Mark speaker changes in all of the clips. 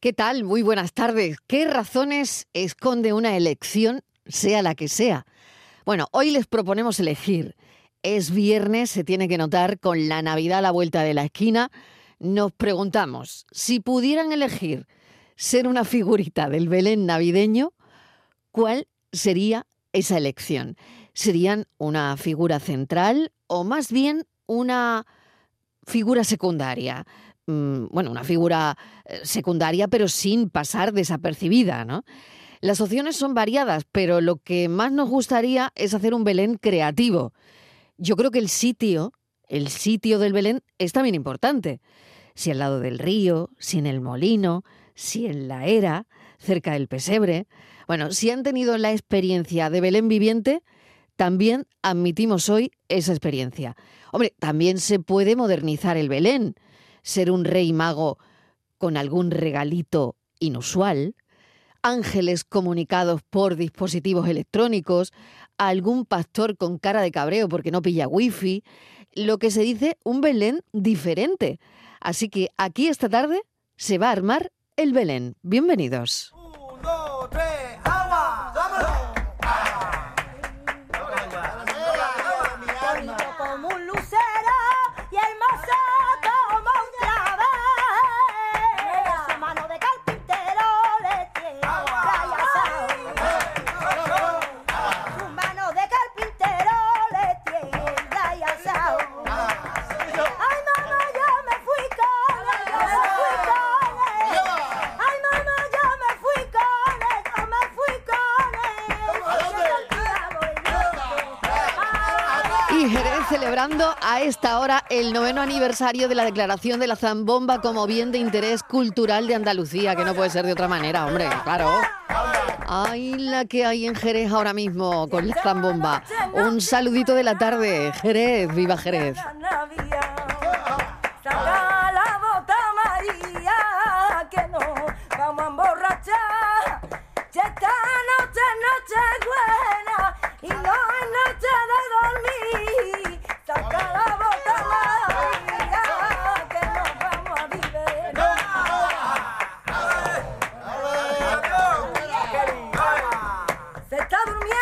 Speaker 1: ¿Qué tal? Muy buenas tardes. ¿Qué razones esconde una elección, sea la que sea? Bueno, hoy les proponemos elegir. Es viernes, se tiene que notar, con la Navidad a la vuelta de la esquina. Nos preguntamos, si pudieran elegir ser una figurita del Belén navideño, ¿cuál sería esa elección? ¿Serían una figura central o más bien una figura secundaria? mm, bueno, una figura eh, secundaria, pero sin pasar desapercibida, ¿no? Las opciones son variadas, pero lo que más nos gustaría es hacer un Belén creativo. Yo creo que el sitio, el sitio del Belén es también importante. Si al lado del río, si en el molino, si en la era, cerca del pesebre. Bueno, si han tenido la experiencia de Belén viviente, también admitimos hoy esa experiencia. Hombre, también se puede modernizar el Belén, ser un rey mago con algún regalito inusual, ángeles comunicados por dispositivos electrónicos, algún pastor con cara de cabreo porque no pilla wifi, lo que se dice un Belén diferente. Así que aquí esta tarde se va a armar el Belén. Bienvenidos.
Speaker 2: como un lucero y hermoso como un clavel. Su mano de carpintero le tiene rayazao. Su mano de carpintero le tiene rayazao. Ay, mamá, yo me fui con él, yo me fui con él. Ay, mamá, yo me fui con él, yo me fui con él.
Speaker 1: Y Jerez celebrando a esta hora el noveno aniversario de la declaración de la zambomba como bien de interés cultural de Andalucía, que no puede ser de otra manera, hombre, claro. Ay, la que hay en Jerez ahora mismo con la zambomba. Un saludito de la tarde, Jerez, viva Jerez.
Speaker 2: Saca la bota María, que no vamos a emborrachar. Que esta noche es noche buena y no es noche de dormir. Saca la bota María, que nos vamos a liberar. Se está durmiendo.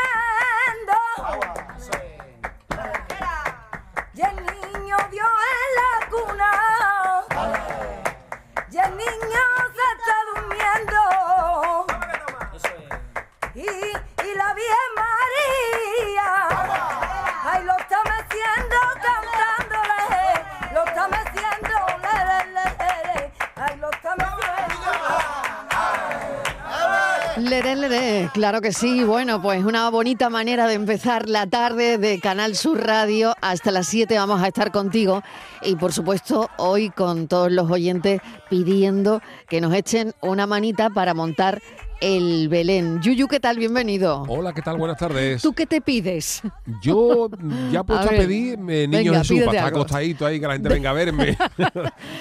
Speaker 2: Y el niño dio en la cuna. Y el niño se está durmiendo. Y, y la Virgen María. Ay, lo está meciendo cantándole. Lo está meciendo. le, le, le, le, le. Ay, lo está
Speaker 1: Leré, leré, claro que sí. Bueno, pues una bonita manera de empezar la tarde de Canal Sur Radio. Hasta las 7 vamos a estar contigo y por supuesto hoy con todos los oyentes pidiendo que nos echen una manita para montar el Belén. Yuyu, ¿qué tal? Bienvenido.
Speaker 3: Hola, ¿qué tal? Buenas tardes.
Speaker 1: ¿Tú qué te pides?
Speaker 3: Pues Yo ya puesto
Speaker 1: A
Speaker 3: a,
Speaker 1: ver.
Speaker 3: pedir eh, niño
Speaker 1: Venga,
Speaker 3: Jesús
Speaker 1: pídete
Speaker 3: para estar
Speaker 1: algo.
Speaker 3: acostadito ahí, que la gente venga a verme.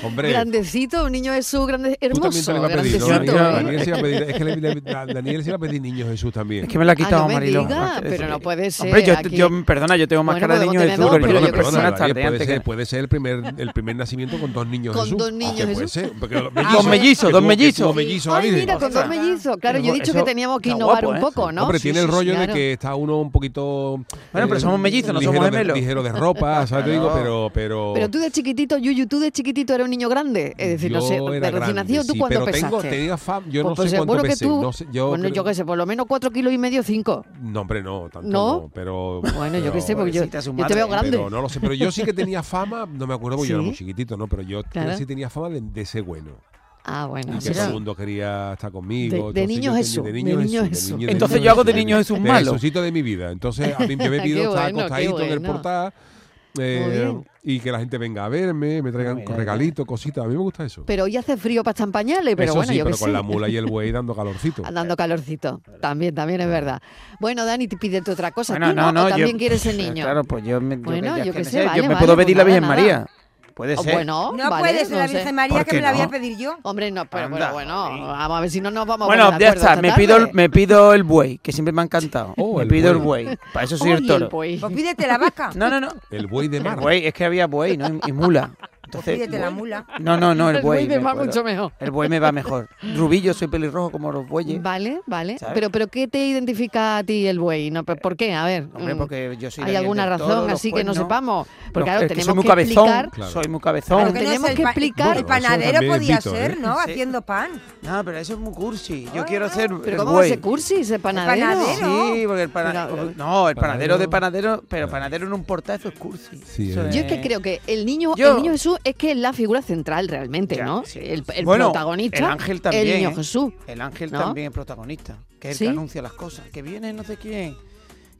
Speaker 3: Hombre,
Speaker 1: Grandecito, un niño Jesús, grande,
Speaker 3: tú también
Speaker 1: hermoso,
Speaker 3: te le vas a pedir. ¿no?
Speaker 1: grandecito.
Speaker 3: Daniel,
Speaker 1: ¿eh?
Speaker 3: Daniel se iba a pedir. Es que le, le- a Daniel se iba a pedir niño Jesús también.
Speaker 4: Es que me la ha
Speaker 1: Ah,
Speaker 4: quitado
Speaker 1: no me
Speaker 4: Mariló.
Speaker 1: diga,
Speaker 4: Es-
Speaker 1: pero no puede ser.
Speaker 4: Hombre, yo,
Speaker 1: aquí.
Speaker 4: yo- perdona, yo tengo más
Speaker 1: Bueno,
Speaker 4: cara de
Speaker 1: podemos
Speaker 4: niño de
Speaker 1: tener
Speaker 4: tú,
Speaker 1: dos,
Speaker 4: pero
Speaker 1: pero
Speaker 4: yo
Speaker 1: yo
Speaker 4: creo
Speaker 1: creo
Speaker 4: que
Speaker 1: que
Speaker 4: una
Speaker 1: sí.
Speaker 3: Daniel,
Speaker 4: tarde
Speaker 3: puede,
Speaker 4: antes.
Speaker 3: ser,
Speaker 4: que-
Speaker 3: puede ser el primer, el primer nacimiento con dos niños
Speaker 1: Con
Speaker 3: Jesús.
Speaker 1: dos niños
Speaker 3: Que puede
Speaker 1: Jesús. Ah,
Speaker 3: ser, porque los
Speaker 4: Dos mellizos,
Speaker 3: que tuvo-
Speaker 4: dos
Speaker 3: que
Speaker 4: mellizos.
Speaker 3: tuvo mellizos la
Speaker 1: Ay,
Speaker 3: Virgen.
Speaker 1: mira, con dos
Speaker 4: Ostras.
Speaker 1: mellizos. Claro, yo he dicho
Speaker 4: Eso
Speaker 1: que teníamos que
Speaker 4: está
Speaker 1: innovar
Speaker 4: guapo,
Speaker 1: un
Speaker 4: ¿eh?
Speaker 1: poco, ¿no?
Speaker 3: Hombre,
Speaker 1: Sí,
Speaker 3: tiene
Speaker 1: sí,
Speaker 3: el rollo
Speaker 1: claro.
Speaker 3: de que está uno un poquito. eh,
Speaker 4: Bueno, pero somos mellizos, no
Speaker 3: ligero
Speaker 4: somos
Speaker 3: de-
Speaker 4: gemelos.
Speaker 3: Ligero de ropa, ¿sabes? Te digo, pero. Pero,
Speaker 1: Pero tú de chiquitito, Yuyu, tú de chiquitito eras un niño grande. Es decir, no
Speaker 3: Yo
Speaker 1: sé,
Speaker 3: era
Speaker 1: de recién
Speaker 3: grande,
Speaker 1: nacido, ¿tú
Speaker 3: sí,
Speaker 1: cuánto
Speaker 3: pero tengo-
Speaker 1: pesaste?
Speaker 3: tenía fam- yo no
Speaker 1: pues
Speaker 3: sé cuánto
Speaker 1: seguro
Speaker 3: pesé,
Speaker 1: que tú,
Speaker 3: no sé, yo
Speaker 1: bueno,
Speaker 3: creo-
Speaker 1: yo qué sé, por lo menos cuatro kilos y medio, cinco.
Speaker 3: No, hombre, no, tanto
Speaker 1: ¿No?
Speaker 3: no, pero...
Speaker 1: Bueno, yo
Speaker 3: pero-
Speaker 1: qué sé, porque yo,
Speaker 4: pobrecita, su
Speaker 1: yo te
Speaker 4: madre,
Speaker 1: veo grande.
Speaker 3: Pero no lo sé, pero yo sí que tenía fama, no me acuerdo porque yo era
Speaker 1: ¿Sí?
Speaker 3: muy chiquitito, ¿no? Pero yo
Speaker 1: Claro.
Speaker 3: sí tenía fama de, de ser bueno.
Speaker 1: Ah, bueno.
Speaker 3: Y
Speaker 1: sí,
Speaker 3: que todo
Speaker 1: sí.
Speaker 3: el mundo quería estar conmigo.
Speaker 1: De- de
Speaker 3: entonces yo
Speaker 1: niño
Speaker 3: tenía-
Speaker 1: Jesús,
Speaker 3: De
Speaker 1: de
Speaker 3: niño
Speaker 1: niño
Speaker 3: Jesús.
Speaker 1: Jesús.
Speaker 3: de niño-
Speaker 4: Entonces
Speaker 3: niño
Speaker 4: yo hago de niño Jesús
Speaker 3: de
Speaker 4: malo.
Speaker 3: Jesucito de mi vida. Entonces a mí yo me
Speaker 1: Qué
Speaker 3: pido estar
Speaker 1: bueno, qué
Speaker 3: acostadito en el
Speaker 1: bueno.
Speaker 3: portal.
Speaker 1: Muy
Speaker 3: eh,
Speaker 1: bien.
Speaker 3: y que la gente venga a verme, me traigan
Speaker 4: Mira,
Speaker 3: regalitos, cositas. A mí me gusta eso.
Speaker 1: Pero hoy hace frío para estar en pañales, pero
Speaker 3: eso
Speaker 1: bueno,
Speaker 3: sí,
Speaker 1: yo
Speaker 3: pero
Speaker 1: que
Speaker 3: con la mula y el buey dando calorcito.
Speaker 1: Andando calorcito. También, también es verdad. Bueno, Dani, te pídete otra cosa.
Speaker 4: Bueno,
Speaker 1: ¿Tú
Speaker 4: no,
Speaker 1: no,
Speaker 4: no,
Speaker 1: ¿O
Speaker 4: yo-
Speaker 1: también quieres el niño?
Speaker 4: Claro, pues yo me, yo
Speaker 1: Bueno,
Speaker 4: ya que
Speaker 1: yo qué
Speaker 4: me
Speaker 1: sé,
Speaker 4: sé,
Speaker 1: vale,
Speaker 4: yo me
Speaker 1: vale,
Speaker 4: puedo
Speaker 1: pues
Speaker 4: pedir la
Speaker 1: nada,
Speaker 4: Virgen
Speaker 1: nada.
Speaker 4: María. Puede
Speaker 1: Oh,
Speaker 4: ser.
Speaker 1: Bueno,
Speaker 5: No
Speaker 1: vale,
Speaker 5: puede ser la
Speaker 1: no sé.
Speaker 5: Virgen María
Speaker 4: ¿Por
Speaker 5: que
Speaker 4: qué
Speaker 5: me la voy a
Speaker 4: no?
Speaker 5: pedir yo.
Speaker 1: Hombre, no, pero,
Speaker 4: Anda,
Speaker 1: pero bueno, vamos a ver si no nos vamos a
Speaker 4: Bueno,
Speaker 1: poner de
Speaker 4: ya
Speaker 1: acuerdo
Speaker 4: está,
Speaker 1: esta
Speaker 4: me pido,
Speaker 1: tarde.
Speaker 4: el, me pido el buey, que siempre me ha encantado.
Speaker 3: Oh,
Speaker 4: me
Speaker 3: el
Speaker 4: pido
Speaker 3: buey.
Speaker 4: el buey, para eso soy
Speaker 1: Oye,
Speaker 4: el toro.
Speaker 1: pues.
Speaker 5: Pues pídete la vaca.
Speaker 4: No, no, no.
Speaker 3: El buey de
Speaker 4: El
Speaker 3: mar.
Speaker 4: buey, es que había buey, ¿no? Y, y mula.
Speaker 6: Pues
Speaker 4: Entonces,
Speaker 6: pídete la mula.
Speaker 4: no, no, no, el buey.
Speaker 1: me
Speaker 4: me
Speaker 1: va
Speaker 4: acuerdo.
Speaker 1: mucho mejor.
Speaker 4: El buey me va mejor. Rubillo, soy pelirrojo como los bueyes.
Speaker 1: Vale, vale.
Speaker 4: ¿Sabes?
Speaker 1: Pero, pero ¿qué te identifica a ti el buey? No, pero ¿Por qué? A ver.
Speaker 4: Hombre,
Speaker 1: mm,
Speaker 4: porque yo soy
Speaker 1: ¿Hay
Speaker 4: Daniel
Speaker 1: alguna
Speaker 4: del
Speaker 1: razón
Speaker 4: Toro, los
Speaker 1: así que no
Speaker 4: cuernos.
Speaker 1: sepamos? Porque
Speaker 4: Los-
Speaker 1: claro,
Speaker 4: es
Speaker 1: tenemos
Speaker 4: soy muy
Speaker 1: que
Speaker 4: cabezón.
Speaker 1: explicar.
Speaker 2: Claro.
Speaker 4: Soy muy
Speaker 1: Claro
Speaker 4: cabezón.
Speaker 1: que
Speaker 6: no
Speaker 1: tenemos
Speaker 6: sé, el
Speaker 1: que
Speaker 6: pa-
Speaker 1: explicar-
Speaker 6: El
Speaker 1: Bueno,
Speaker 2: eso
Speaker 6: panadero
Speaker 2: también,
Speaker 6: podía
Speaker 2: Vito,
Speaker 6: ser,
Speaker 2: ¿eh?
Speaker 6: ¿no?
Speaker 4: Sí.
Speaker 6: Haciendo pan.
Speaker 4: No, pero eso es muy cursi. Yo quiero ser el
Speaker 1: Ah, ¿Pero cómo va
Speaker 4: buey.
Speaker 1: ese cursi, ese panadero?
Speaker 6: panadero.
Speaker 4: Sí, porque el panadero.
Speaker 1: Mira,
Speaker 4: No, el panadero de
Speaker 2: panadero.
Speaker 4: panadero, pero panadero en un portazo es cursi.
Speaker 2: Sí,
Speaker 4: Eso
Speaker 2: eh.
Speaker 1: Yo es que creo que el niño,
Speaker 4: Yo-
Speaker 1: el niño Jesús es que es la figura central realmente,
Speaker 4: Ya,
Speaker 1: ¿no?
Speaker 4: sí.
Speaker 1: El, el
Speaker 4: Bueno,
Speaker 1: protagonista.
Speaker 4: El ángel también.
Speaker 1: El niño
Speaker 4: ¿eh?
Speaker 1: Jesús.
Speaker 4: El ángel
Speaker 1: ¿no?
Speaker 4: también es protagonista. Que es el
Speaker 1: ¿Sí?
Speaker 4: que anuncia las cosas. Que viene no sé quién.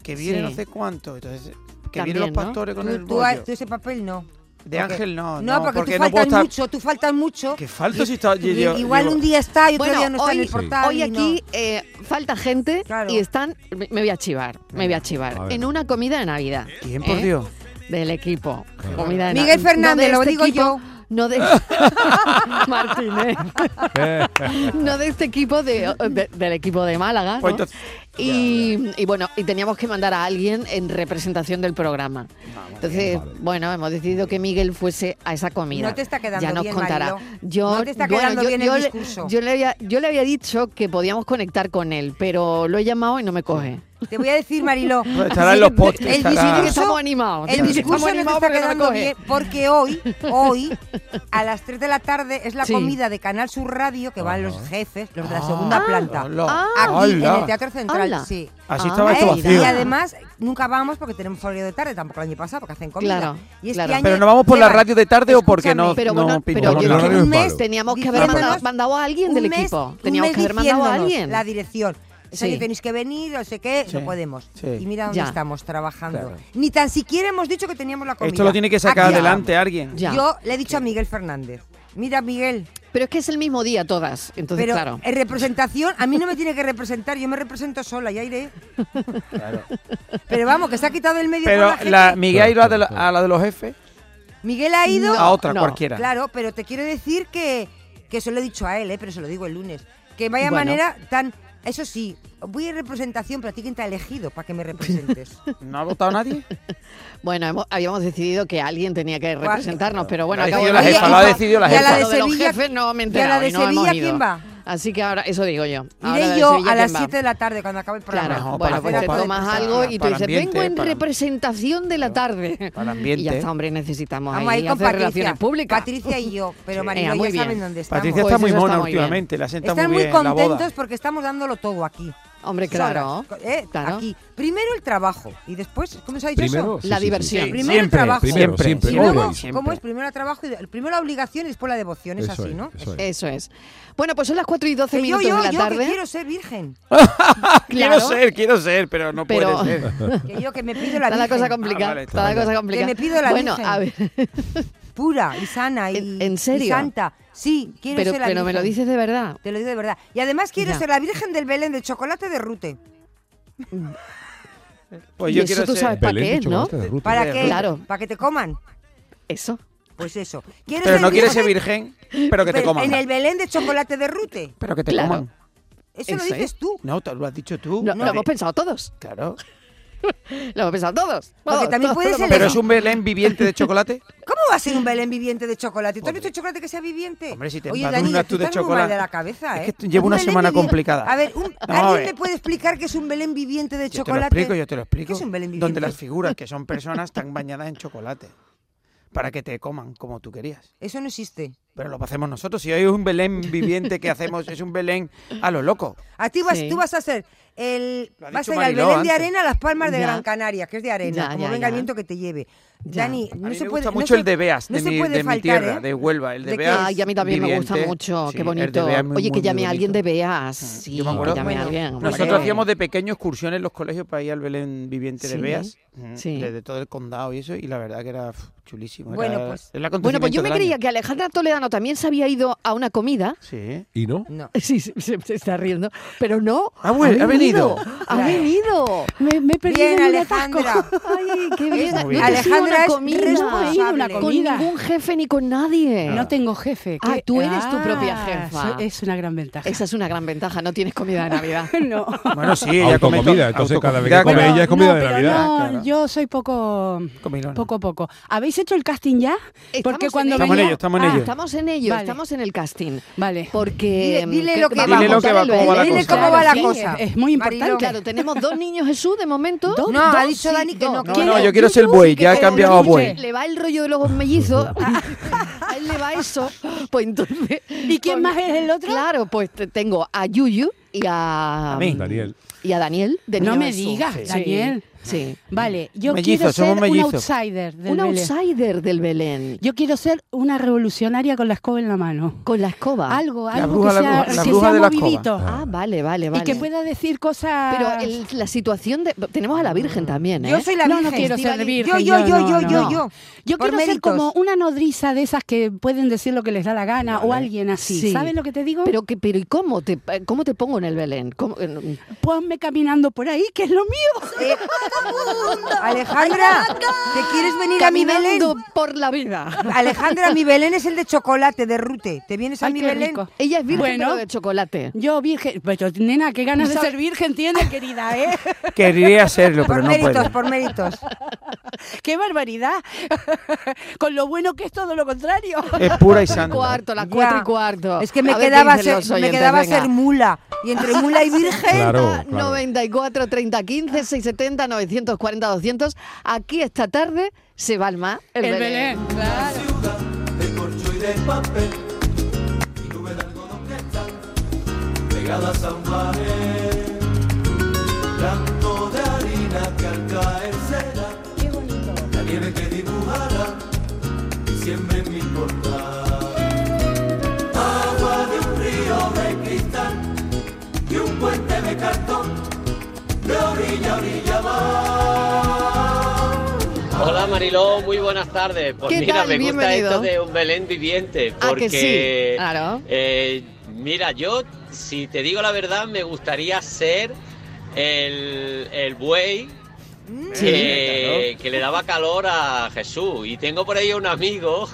Speaker 4: Que viene
Speaker 1: Sí.
Speaker 4: no sé cuánto. Entonces, que
Speaker 1: También,
Speaker 4: vienen los
Speaker 1: ¿no?
Speaker 4: pastores con el
Speaker 6: Tú, tú-
Speaker 4: bollo.
Speaker 6: tú ese papel no.
Speaker 4: de
Speaker 6: porque-
Speaker 4: ángel no.
Speaker 6: No, porque, tú
Speaker 4: no
Speaker 6: faltas
Speaker 4: puedo estar.
Speaker 6: mucho, tú faltas mucho.
Speaker 4: Que falto si está.
Speaker 6: Y-
Speaker 4: yo- yo-
Speaker 6: Igual
Speaker 4: yo-
Speaker 6: un día está y otro
Speaker 1: Bueno,
Speaker 6: día no está en
Speaker 1: hoy-
Speaker 6: el portal.
Speaker 1: Hoy
Speaker 6: y no.
Speaker 1: aquí eh, falta gente
Speaker 6: Claro.
Speaker 1: y están, me me voy a chivar, me voy a chivar,
Speaker 2: A ver.
Speaker 1: en una comida de Navidad.
Speaker 4: ¿Quién, por
Speaker 1: ¿eh?
Speaker 4: Dios?
Speaker 1: Del equipo.
Speaker 2: Claro.
Speaker 1: Comida de
Speaker 6: Miguel
Speaker 1: Nav-
Speaker 6: Fernández,
Speaker 1: de
Speaker 6: lo
Speaker 1: este
Speaker 6: digo
Speaker 1: equipo,
Speaker 6: yo.
Speaker 1: No de Martínez. no de este equipo de, de- del equipo de Málaga. ¿no?
Speaker 4: Pues entonces-
Speaker 1: Y, y bueno, y teníamos que mandar a alguien en representación del programa.
Speaker 4: Ah,
Speaker 1: Entonces,
Speaker 2: vale.
Speaker 1: bueno, hemos decidido que Miguel fuese a esa comida.
Speaker 6: No te está quedando
Speaker 1: Ya nos
Speaker 6: bien,
Speaker 1: contará.
Speaker 6: Mariló.
Speaker 1: Yo,
Speaker 6: No te está
Speaker 1: bueno,
Speaker 6: quedando
Speaker 1: yo-
Speaker 6: bien
Speaker 1: yo
Speaker 6: el
Speaker 1: le-
Speaker 6: discurso.
Speaker 1: Yo le, había, yo le había dicho que podíamos conectar con él, pero lo he llamado y no me coge.
Speaker 6: Te voy a decir, Mariló.
Speaker 4: Pues estará en los podcasts.
Speaker 6: El
Speaker 4: estará-
Speaker 1: discurso- Estamos animados,
Speaker 6: El
Speaker 1: estamos
Speaker 6: discurso no te
Speaker 1: animados
Speaker 6: está
Speaker 1: porque no me
Speaker 6: quedando
Speaker 1: coge.
Speaker 6: bien porque hoy, hoy, a las 3 de la tarde es la
Speaker 1: Sí.
Speaker 6: comida de Canal Sur Radio que van los jefes, los de la segunda
Speaker 4: Ah,
Speaker 6: planta.
Speaker 4: hola.
Speaker 6: Aquí en
Speaker 4: Hola.
Speaker 6: el Teatro Central,
Speaker 1: Ala.
Speaker 6: sí.
Speaker 4: Así
Speaker 1: Ah,
Speaker 4: estaba esto
Speaker 6: Eh,
Speaker 1: mira.
Speaker 4: vacío.
Speaker 6: Y además, nunca vamos porque tenemos horario de tarde, tampoco el año pasado, porque hacen comida.
Speaker 1: Claro,
Speaker 6: y este
Speaker 1: claro.
Speaker 6: año
Speaker 4: Pero no vamos por la
Speaker 6: llevan-
Speaker 4: radio de tarde o porque
Speaker 6: Escúchame,
Speaker 4: no,
Speaker 1: Pero
Speaker 4: no
Speaker 1: bueno,
Speaker 4: pinta.
Speaker 1: pero
Speaker 2: Porque
Speaker 1: yo
Speaker 2: el
Speaker 1: creo que
Speaker 2: horario es
Speaker 6: mes
Speaker 2: malo.
Speaker 1: teníamos que haber mandado,
Speaker 6: diciéndonos-
Speaker 1: mandado a alguien del
Speaker 6: un mes-
Speaker 1: equipo.
Speaker 6: un
Speaker 1: Teníamos
Speaker 6: mes
Speaker 1: que haber mandado a
Speaker 6: diciéndonos
Speaker 1: alguien.
Speaker 6: La dirección. Es
Speaker 1: Sí.
Speaker 6: año tenéis que venir, no sé qué,
Speaker 4: Sí,
Speaker 6: no podemos.
Speaker 4: sí.
Speaker 6: Y mira dónde
Speaker 1: Ya.
Speaker 6: estamos trabajando.
Speaker 4: Claro.
Speaker 6: Ni tan siquiera hemos dicho que teníamos la comida.
Speaker 4: Esto lo tiene que sacar
Speaker 6: Aquí
Speaker 4: adelante alguien.
Speaker 1: Ya.
Speaker 6: Yo le he dicho a Miguel Fernández. Mira, Miguel,
Speaker 1: Pero es que es el mismo día todas. Entonces,
Speaker 6: pero
Speaker 1: claro.
Speaker 6: en representación, a mí no me tiene que representar, yo me represento sola, ya iré. Pero vamos, que se ha quitado el medio
Speaker 4: Pero
Speaker 6: por la gente.
Speaker 4: la, Miguel ha ido a, de la-
Speaker 2: Claro, claro.
Speaker 4: a la de los jefes,
Speaker 6: Miguel ha ido.
Speaker 4: a otra
Speaker 1: no.
Speaker 4: cualquiera.
Speaker 6: Claro, pero te quiero decir que, que eso lo he dicho a él, ¿eh? pero se lo digo el lunes. Que vaya
Speaker 1: Bueno.
Speaker 6: manera tan. Eso sí, voy en representación, pero a ti quién te ha elegido para que me representes.
Speaker 4: ¿No ha votado nadie?
Speaker 1: Bueno, hemos- habíamos decidido que alguien tenía que
Speaker 6: Guau.
Speaker 1: representarnos, pero bueno,
Speaker 4: Lo ha
Speaker 1: acabo
Speaker 4: decidido la
Speaker 1: de
Speaker 4: jefa,
Speaker 1: ver
Speaker 4: lo ha
Speaker 1: que-
Speaker 4: decidido la
Speaker 1: y a
Speaker 4: jefa.
Speaker 6: Y
Speaker 1: de,
Speaker 6: a la de
Speaker 1: los
Speaker 6: Sevilla-
Speaker 1: jefes no me he
Speaker 6: y a la
Speaker 1: enterado
Speaker 6: de
Speaker 1: y no hemos
Speaker 6: Sevilla,
Speaker 1: ido.
Speaker 6: ¿quién va?
Speaker 1: Así que ahora, eso digo yo. Ahora la
Speaker 6: Iré
Speaker 1: de
Speaker 6: yo
Speaker 1: Sevilla,
Speaker 6: a las
Speaker 1: ¿quién va?
Speaker 6: 7 de la tarde cuando acabe el programa.
Speaker 1: Claro,
Speaker 4: No, para
Speaker 1: bueno, pues
Speaker 4: hacer
Speaker 1: te
Speaker 4: algo de
Speaker 1: tomas
Speaker 4: pasar,
Speaker 1: algo y tú
Speaker 4: para el
Speaker 1: dices,
Speaker 4: ambiente,
Speaker 1: vengo en
Speaker 4: para-
Speaker 1: representación de la tarde.
Speaker 4: para el ambiente.
Speaker 1: Y ya está, hombre, necesitamos
Speaker 6: Vamos ahí
Speaker 1: ahí
Speaker 6: con
Speaker 1: hacer relaciones
Speaker 6: Patricia.
Speaker 1: públicas.
Speaker 6: Patricia y yo, pero
Speaker 1: Sí.
Speaker 6: Mariló
Speaker 1: Venga, muy
Speaker 6: ya saben
Speaker 1: bien.
Speaker 6: dónde estamos.
Speaker 4: Patricia
Speaker 1: Pues
Speaker 4: está muy
Speaker 1: eso está
Speaker 4: mona
Speaker 1: muy bien.
Speaker 4: últimamente, la senta
Speaker 6: Están
Speaker 4: muy
Speaker 6: muy
Speaker 4: bien la boda.
Speaker 6: contentos porque estamos dándolo todo aquí.
Speaker 1: Hombre, claro.
Speaker 6: Solas, ¿eh?
Speaker 1: Claro.
Speaker 6: Aquí. Primero el trabajo y después, ¿cómo se ha dicho
Speaker 2: Primero,
Speaker 6: eso?
Speaker 2: sí,
Speaker 1: La
Speaker 2: sí, sí.
Speaker 1: diversión.
Speaker 4: Sí,
Speaker 6: Primero el
Speaker 4: siempre,
Speaker 6: trabajo.
Speaker 4: Siempre,
Speaker 2: Siempre,
Speaker 6: Y
Speaker 2: siempre,
Speaker 4: siempre.
Speaker 6: luego,
Speaker 4: Siempre.
Speaker 6: ¿cómo es? Primero el trabajo, y primero la obligación y después la devoción, es
Speaker 2: Eso
Speaker 6: así,
Speaker 2: es,
Speaker 6: ¿no?
Speaker 2: eso es.
Speaker 1: Eso es. Bueno, pues son las 4 y 12
Speaker 6: Que yo,
Speaker 1: minutos
Speaker 6: yo,
Speaker 1: de la
Speaker 6: yo que
Speaker 1: tarde.
Speaker 6: quiero ser virgen.
Speaker 4: Ah, Quiero
Speaker 1: Claro.
Speaker 4: ser, quiero ser, pero no
Speaker 1: Pero-
Speaker 4: puede ser.
Speaker 6: Que yo que me pido la
Speaker 1: Está
Speaker 6: virgen
Speaker 1: la cosa complicada.
Speaker 4: Ah, vale,
Speaker 1: está la
Speaker 4: vale.
Speaker 1: cosa complicada.
Speaker 6: Que me pido la
Speaker 1: bueno,
Speaker 6: Virgen.
Speaker 1: a ver,
Speaker 6: pura y sana y,
Speaker 1: ¿En- en
Speaker 6: y
Speaker 1: serio?
Speaker 6: santa. Sí, quiero
Speaker 1: pero,
Speaker 6: ser la
Speaker 1: pero me lo
Speaker 6: virgen.
Speaker 1: dices de verdad.
Speaker 6: Te lo digo de verdad. Y además quiero
Speaker 1: Ya.
Speaker 6: ser la virgen del Belén de chocolate de Rute.
Speaker 4: Pues
Speaker 1: Y
Speaker 4: yo
Speaker 1: eso
Speaker 4: quiero
Speaker 1: tú
Speaker 4: ser.
Speaker 1: sabes. ¿Para
Speaker 2: Belén
Speaker 1: qué,
Speaker 2: de
Speaker 1: no?
Speaker 2: chocolate de ruta.
Speaker 6: ¿Para qué?
Speaker 1: ¿eh? Claro.
Speaker 6: Para que te coman.
Speaker 1: Eso.
Speaker 6: Pues eso. Quiero
Speaker 4: Pero
Speaker 6: ser
Speaker 4: no quieres ser
Speaker 6: virgen,
Speaker 4: virgen, pero que te
Speaker 6: pero
Speaker 4: coman.
Speaker 6: En el Belén de chocolate de Rute.
Speaker 4: Pero que te
Speaker 1: Claro.
Speaker 4: coman.
Speaker 6: Eso, lo
Speaker 1: Eso
Speaker 6: dices
Speaker 1: es.
Speaker 6: tú.
Speaker 4: No, te lo has dicho tú.
Speaker 1: No,
Speaker 4: No,
Speaker 1: Lo
Speaker 4: de-
Speaker 1: hemos pensado todos.
Speaker 4: Claro.
Speaker 1: Lo hemos pensado todos.
Speaker 6: Porque
Speaker 1: Todos,
Speaker 6: también
Speaker 1: todos,
Speaker 6: puede
Speaker 1: todos
Speaker 6: ser
Speaker 4: Pero
Speaker 1: hemos
Speaker 6: Belén.
Speaker 4: es un Belén viviente de chocolate.
Speaker 6: ¿Cómo va a ser un Belén viviente de chocolate? ¿Tú has visto chocolate que sea viviente?
Speaker 4: Hombre, si te
Speaker 6: Oye,
Speaker 4: embadurnas
Speaker 6: Dani,
Speaker 4: tú de
Speaker 6: estás muy mal
Speaker 4: chocolate.
Speaker 6: de la cabeza, ¿eh?
Speaker 4: Es que llevo
Speaker 6: Un
Speaker 4: una
Speaker 6: Belén
Speaker 4: semana
Speaker 6: viviente-
Speaker 4: complicada.
Speaker 6: A ver, un-
Speaker 4: a
Speaker 6: ¿alguien
Speaker 4: ver.
Speaker 6: me puede explicar qué es un Belén viviente de
Speaker 4: Yo te lo
Speaker 6: chocolate?
Speaker 4: explico, yo te lo explico.
Speaker 6: ¿Qué es un Belén viviente?
Speaker 4: Donde las figuras, que son personas, están bañadas en chocolate. Para que te coman como tú querías.
Speaker 6: Eso no existe.
Speaker 4: Pero lo hacemos nosotros. Si hoy es un Belén viviente que hacemos, es un Belén a lo loco.
Speaker 6: A ti vas,
Speaker 1: Sí.
Speaker 6: Ah, tú vas a ser el
Speaker 4: Lo ha
Speaker 6: vas a
Speaker 4: dicho
Speaker 6: ir al
Speaker 4: Mariló
Speaker 6: Belén de
Speaker 4: antes.
Speaker 6: arena a las palmas de
Speaker 1: Ya.
Speaker 6: Gran Canaria, que es de arena,
Speaker 1: Ya,
Speaker 6: como
Speaker 1: ya,
Speaker 6: venga el
Speaker 1: ya.
Speaker 6: viento que te lleve.
Speaker 1: Ya.
Speaker 6: Dani,
Speaker 4: A
Speaker 6: no
Speaker 4: mí
Speaker 6: se
Speaker 4: me
Speaker 6: puede
Speaker 4: gusta
Speaker 6: no
Speaker 4: mucho
Speaker 6: se-
Speaker 4: el de Beas,
Speaker 6: no
Speaker 4: de,
Speaker 6: se
Speaker 4: mi,
Speaker 6: puede
Speaker 4: de mi
Speaker 6: faltar,
Speaker 4: tierra,
Speaker 6: ¿eh?
Speaker 4: de Huelva. El de,
Speaker 6: ¿De qué
Speaker 4: Beas.
Speaker 1: Ay, a mí también me gusta
Speaker 4: viviente.
Speaker 1: mucho,
Speaker 4: Sí,
Speaker 1: qué
Speaker 4: el de
Speaker 1: bonito.
Speaker 4: Beas es muy,
Speaker 1: Oye, que
Speaker 4: muy
Speaker 1: llame a alguien de
Speaker 4: bonito.
Speaker 1: Beas. Sí,
Speaker 4: Yo me
Speaker 1: que
Speaker 4: acuerdo.
Speaker 1: llame a alguien. hombre.
Speaker 4: Nosotros hacíamos de pequeño excursiones en los colegios para ir al Belén viviente
Speaker 1: Sí,
Speaker 4: de Beas, mm,
Speaker 1: sí.
Speaker 4: desde todo el condado y eso, y la verdad que era pf, chulísimo.
Speaker 6: Bueno,
Speaker 4: era
Speaker 6: pues-
Speaker 4: el
Speaker 1: Bueno, pues yo
Speaker 4: acontecimiento
Speaker 1: me
Speaker 4: del
Speaker 1: creía
Speaker 4: año.
Speaker 1: que Alejandra Toledano verano también se había ido a una comida.
Speaker 4: Sí.
Speaker 3: ¿Y no?
Speaker 5: No.
Speaker 1: Sí, sí, se, se está riendo. Pero no.
Speaker 4: Ha vuel- ha venido.
Speaker 1: Ha
Speaker 5: Claro.
Speaker 1: venido.
Speaker 5: Me, me he perdido
Speaker 6: Bien,
Speaker 5: en un
Speaker 6: Alejandra.
Speaker 5: atasco.
Speaker 1: Ay, qué bien.
Speaker 4: muy bien.
Speaker 1: No te sigo
Speaker 6: Alejandra
Speaker 1: una
Speaker 6: es
Speaker 5: No he
Speaker 1: comida.
Speaker 6: responsable.
Speaker 5: ido a una
Speaker 6: Con
Speaker 1: Con
Speaker 5: comida.
Speaker 1: ningún jefe ni con nadie.
Speaker 5: No tengo jefe.
Speaker 1: Ah,
Speaker 5: que-
Speaker 1: tú eres tu
Speaker 5: Ah,
Speaker 1: propia jefa.
Speaker 5: eso Es una gran ventaja.
Speaker 1: Esa es una gran ventaja. No tienes comida de Navidad.
Speaker 5: No.
Speaker 4: Bueno, sí, ella come
Speaker 3: Autocomida,
Speaker 4: to-
Speaker 3: entonces cada vez
Speaker 4: autocomida
Speaker 3: que come
Speaker 5: Bueno,
Speaker 3: ella es comida
Speaker 5: no,
Speaker 3: de
Speaker 5: pero
Speaker 3: Navidad.
Speaker 5: No,
Speaker 4: Claro.
Speaker 5: yo soy poco.
Speaker 4: Comilona.
Speaker 5: Poco a poco. ¿Habéis hecho el casting ya?
Speaker 1: Estamos
Speaker 5: Porque
Speaker 1: en
Speaker 5: cuando
Speaker 1: ello.
Speaker 4: Estamos en
Speaker 5: venía-
Speaker 4: ello, estamos en
Speaker 5: Ah,
Speaker 4: ello.
Speaker 1: Estamos en ello,
Speaker 5: Vale.
Speaker 1: estamos en el casting.
Speaker 5: Vale.
Speaker 1: Porque. mm,
Speaker 6: Dile- dile lo que
Speaker 1: vamos
Speaker 6: va.
Speaker 1: a
Speaker 6: Dile
Speaker 4: lo que va,
Speaker 1: contar
Speaker 4: cómo
Speaker 1: el
Speaker 4: va la
Speaker 1: Belén.
Speaker 6: Dile
Speaker 4: cosa.
Speaker 6: cómo va la
Speaker 5: sí,
Speaker 6: cosa.
Speaker 5: es- es muy importante.
Speaker 6: Mariló.
Speaker 1: Claro, tenemos dos niños Jesús de momento.
Speaker 5: ¿Dos?
Speaker 6: No, ha dicho Dani que no, que
Speaker 4: No, no, yo quiero ser buey, ya he cambiado a buey.
Speaker 1: Le va el rollo de los mellizos. a él le va eso. Pues entonces.
Speaker 5: ¿Y quién más es el otro?
Speaker 1: Claro, pues te- tengo a Yuyu y a,
Speaker 4: A mí.
Speaker 3: Daniel.
Speaker 1: y a Daniel. de
Speaker 5: No
Speaker 1: Niño
Speaker 5: me
Speaker 1: Jesús.
Speaker 5: digas,
Speaker 1: Sí.
Speaker 5: Daniel.
Speaker 1: Sí.
Speaker 5: Vale, yo
Speaker 4: Mellizos,
Speaker 5: quiero ser
Speaker 4: somos
Speaker 5: un
Speaker 4: mellizos.
Speaker 5: outsider del
Speaker 1: Un
Speaker 5: Belén.
Speaker 1: outsider del Belén.
Speaker 5: Yo quiero ser una revolucionaria con la escoba en la mano.
Speaker 1: Con la escoba.
Speaker 5: Algo,
Speaker 4: La
Speaker 5: algo
Speaker 4: bruja
Speaker 5: que
Speaker 4: de la
Speaker 5: sea,
Speaker 4: bruja- la
Speaker 5: que
Speaker 4: bruja
Speaker 5: sea
Speaker 4: de la escoba.
Speaker 5: movidito.
Speaker 1: Ah, vale, vale, vale.
Speaker 5: Y que pueda decir cosas...
Speaker 1: Pero el- la situación de. Tenemos a la Virgen también, ¿eh?
Speaker 6: Yo soy la
Speaker 5: No, no
Speaker 6: virgen.
Speaker 5: quiero ser
Speaker 6: Estivali.
Speaker 5: virgen,
Speaker 6: Yo, yo,
Speaker 5: yo,
Speaker 6: yo, yo,
Speaker 5: no, no.
Speaker 6: yo, yo.
Speaker 5: Yo
Speaker 6: Por
Speaker 5: quiero ser
Speaker 6: méritos.
Speaker 5: como una nodriza de esas que pueden decir lo que les da la gana o alguien así.
Speaker 1: Sí.
Speaker 5: ¿Sabes lo que te digo?
Speaker 1: Pero, que, pero ¿y cómo te, cómo te pongo en el Belén? ¿Cómo- en-
Speaker 5: ponme Pues caminando por ahí, que es lo mío.
Speaker 6: Eh, Alejandra, ¿te quieres venir a mi Belén?
Speaker 1: Caminando por la vida.
Speaker 6: Alejandra, mi Belén es el de chocolate, de Rute. ¿Te vienes a
Speaker 5: Ay,
Speaker 6: mi
Speaker 5: qué
Speaker 6: Belén?
Speaker 5: rico.
Speaker 1: Ella es virgen
Speaker 5: Bueno.
Speaker 1: pero de chocolate.
Speaker 5: Yo virgen, pero nena, qué ganas de
Speaker 1: ¿Sabes?
Speaker 5: ser virgen tiene, querida, ¿eh?
Speaker 4: Querría hacerlo,
Speaker 6: Por
Speaker 4: pero no
Speaker 6: méritos,
Speaker 4: puedo.
Speaker 6: por méritos.
Speaker 5: qué barbaridad. Con lo bueno que es todo lo contrario.
Speaker 4: Es pura y santa.
Speaker 1: Cuarto, las cuatro
Speaker 6: Ya.
Speaker 1: y cuarto.
Speaker 6: Es que me
Speaker 1: A ver qué
Speaker 6: quedaba,
Speaker 1: dicen
Speaker 6: ser,
Speaker 1: los
Speaker 6: me
Speaker 1: oyentes,
Speaker 6: quedaba
Speaker 1: venga.
Speaker 6: ser mula. Y entre mula y virgen.
Speaker 3: Claro, claro.
Speaker 1: 94 30 15 670 940 200. Aquí esta tarde se va el ma- el,
Speaker 5: El
Speaker 1: Belén.
Speaker 5: Belén.
Speaker 7: Hola Mariló, muy buenas tardes. Pues
Speaker 1: ¿Qué
Speaker 7: mira,
Speaker 1: tal?
Speaker 7: me gusta
Speaker 1: Bienvenido.
Speaker 7: esto de un Belén viviente,
Speaker 1: Ah,
Speaker 7: porque
Speaker 1: que sí, claro.
Speaker 7: eh, mira, yo si te digo la verdad, me gustaría ser el, el buey
Speaker 1: Mm.
Speaker 7: que, que le daba calor a Jesús. Y tengo por ahí un amigo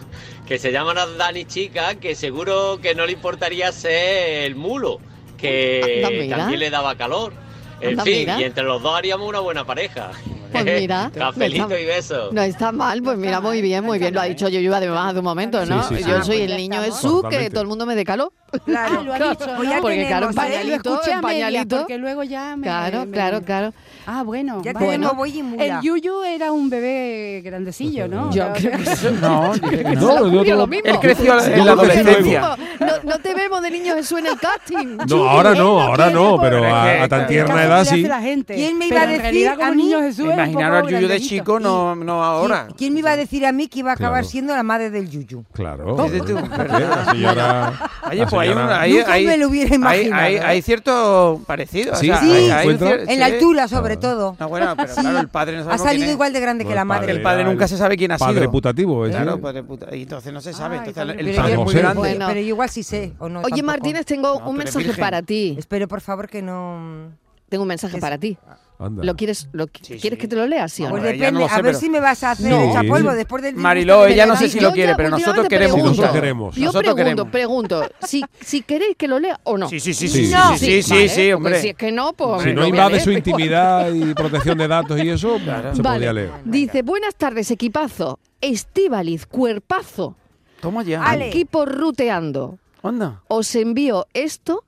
Speaker 7: que se llama Dani Chica, que seguro que no le importaría ser el mulo, que
Speaker 1: Anda, mira.
Speaker 7: también le daba calor. En
Speaker 1: Anda,
Speaker 7: fin,
Speaker 1: mira.
Speaker 7: y entre los dos haríamos una buena pareja.
Speaker 1: Pues mira,
Speaker 7: Cafelito
Speaker 1: no está-
Speaker 7: y besos.
Speaker 1: No está mal, pues mira, muy bien, muy bien. Lo ha dicho yo además hace un momento, ¿no?
Speaker 3: Sí, sí, sí.
Speaker 1: Yo
Speaker 3: Ah,
Speaker 1: soy
Speaker 6: pues
Speaker 1: el
Speaker 6: ya
Speaker 1: niño
Speaker 6: estamos.
Speaker 1: Jesús, que
Speaker 3: Totalmente.
Speaker 1: todo el mundo me decaló.
Speaker 6: Claro.
Speaker 5: Ah, lo ha dicho,
Speaker 6: Pues ya
Speaker 5: ¿no?
Speaker 1: Porque claro,
Speaker 6: tenemos,
Speaker 1: en
Speaker 6: ¿eh?
Speaker 5: Vale, lo
Speaker 1: pañalito,
Speaker 5: escuché
Speaker 1: en
Speaker 5: a medias,
Speaker 1: pañalito.
Speaker 5: porque luego ya me...
Speaker 1: Claro,
Speaker 5: me-
Speaker 1: claro, claro.
Speaker 5: Ah, bueno.
Speaker 6: Ya
Speaker 5: vale.
Speaker 6: tenemos buey y mula.
Speaker 5: El Yuyu era un bebé grandecillo, ¿no?
Speaker 1: Yo creo que sí.
Speaker 4: No, dice que
Speaker 1: Se
Speaker 4: no.
Speaker 1: lo
Speaker 3: yo
Speaker 1: ocurrió
Speaker 3: no-
Speaker 1: lo mismo.
Speaker 4: Él creció
Speaker 3: Sí,
Speaker 4: en la
Speaker 3: yo creo que
Speaker 4: adolescencia.
Speaker 1: No, no te vemos de niño Jesús en el casting.
Speaker 3: No, ahora
Speaker 1: eh,
Speaker 5: él no
Speaker 3: no, ahora
Speaker 5: quiere
Speaker 3: no,
Speaker 5: por-
Speaker 3: pero
Speaker 4: Es que,
Speaker 3: a, a
Speaker 4: claro,
Speaker 3: tan tierna edad
Speaker 5: Caso que le hace
Speaker 3: sí.
Speaker 5: la gente.
Speaker 6: ¿Quién me iba
Speaker 5: Pero
Speaker 6: a
Speaker 5: en
Speaker 6: decir
Speaker 5: realidad
Speaker 6: a
Speaker 5: como
Speaker 6: mí?
Speaker 5: niño Jesús era un
Speaker 4: Imaginar
Speaker 5: poco
Speaker 4: al Yuyu de
Speaker 5: grandecito.
Speaker 4: chico, no, no ahora.
Speaker 6: ¿Qui- ¿Quién me iba a decir a mí que iba a acabar
Speaker 3: Claro.
Speaker 6: siendo la madre del Yuyu?
Speaker 3: Claro.
Speaker 4: Dices tú,
Speaker 3: ¿eh?
Speaker 4: ¿verdad?
Speaker 3: La señora.
Speaker 4: Oye,
Speaker 3: la
Speaker 4: pues hay, un,
Speaker 3: señora-
Speaker 4: hay,
Speaker 6: Nunca
Speaker 4: hay-
Speaker 6: me lo hubiera
Speaker 4: hay,
Speaker 6: imaginado,
Speaker 4: hay,
Speaker 6: ¿eh?
Speaker 4: hay cierto parecido.
Speaker 3: Sí,
Speaker 4: o sea,
Speaker 6: Sí.
Speaker 4: hay- hay un
Speaker 3: ¿Encuentro?
Speaker 4: cier-
Speaker 6: En la
Speaker 4: sí.
Speaker 6: altura,
Speaker 3: Ah.
Speaker 6: sobre todo.
Speaker 4: No, bueno, pero claro, el padre no
Speaker 6: Ha
Speaker 4: sabemos quién
Speaker 6: salido
Speaker 4: es.
Speaker 6: igual de grande
Speaker 3: No,
Speaker 6: que
Speaker 3: el
Speaker 6: la
Speaker 4: Que
Speaker 6: madre.
Speaker 4: el padre
Speaker 3: Era
Speaker 4: nunca
Speaker 3: el
Speaker 4: se sabe quién ha sido.
Speaker 3: Padre putativo, ¿eh?
Speaker 4: Claro,
Speaker 3: Sí.
Speaker 4: padre puta. Y entonces no se sabe.
Speaker 5: Ay,
Speaker 4: Entonces
Speaker 5: padre
Speaker 4: el
Speaker 6: Pero
Speaker 4: padre
Speaker 6: yo-
Speaker 4: es muy
Speaker 3: José.
Speaker 4: grande.
Speaker 1: Bueno.
Speaker 6: Pero yo igual sí sé, o no.
Speaker 1: Oye, este
Speaker 6: tampoco.
Speaker 1: Martínez, tengo
Speaker 4: No, tú
Speaker 1: un
Speaker 4: eres
Speaker 1: mensaje
Speaker 4: virgen.
Speaker 1: para ti.
Speaker 6: Espero, por favor, que no...
Speaker 1: Tengo un mensaje
Speaker 6: Es-
Speaker 1: para ti.
Speaker 3: Anda.
Speaker 1: ¿Lo quieres, lo, qui-
Speaker 4: Sí,
Speaker 1: ¿quieres
Speaker 4: sí.
Speaker 1: que te lo lea, sí o no?
Speaker 6: Pues
Speaker 4: Ahora, ya no
Speaker 6: depende,
Speaker 4: lo
Speaker 6: a
Speaker 4: sé,
Speaker 6: ver
Speaker 4: pero-
Speaker 6: si me vas a hacer
Speaker 3: Sí.
Speaker 6: el polvo después del disgusto
Speaker 4: Mariló,
Speaker 6: que me
Speaker 4: ella
Speaker 6: le
Speaker 4: no sé
Speaker 6: dais.
Speaker 4: si lo
Speaker 1: Yo
Speaker 4: quiere,
Speaker 1: ya
Speaker 4: pero nosotros
Speaker 1: últimamente
Speaker 4: queremos.
Speaker 1: pregunto.
Speaker 3: Nosotros queremos.
Speaker 1: Yo
Speaker 4: Nosotros
Speaker 1: pregunto,
Speaker 4: queremos.
Speaker 1: pregunto, si, si queréis que lo lea o no.
Speaker 4: Sí, sí, sí,
Speaker 3: Sí,
Speaker 4: sí, sí,
Speaker 3: no.
Speaker 4: sí, sí, sí,
Speaker 1: vale,
Speaker 4: sí,
Speaker 1: porque
Speaker 4: hombre.
Speaker 1: Si es que no, pues.
Speaker 3: Si
Speaker 4: Hombre,
Speaker 3: no
Speaker 1: lo voy a
Speaker 3: invade
Speaker 1: leer,
Speaker 3: su
Speaker 1: pues,
Speaker 3: intimidad y protección de datos y eso,
Speaker 4: Claro.
Speaker 3: se
Speaker 1: Vale.
Speaker 3: podría leer.
Speaker 1: Dice, buenas tardes, equipazo. Estíbaliz, cuerpazo.
Speaker 4: Toma ya.
Speaker 6: Ale.
Speaker 1: Equipo ruteando.
Speaker 4: Onda.
Speaker 1: Os envío esto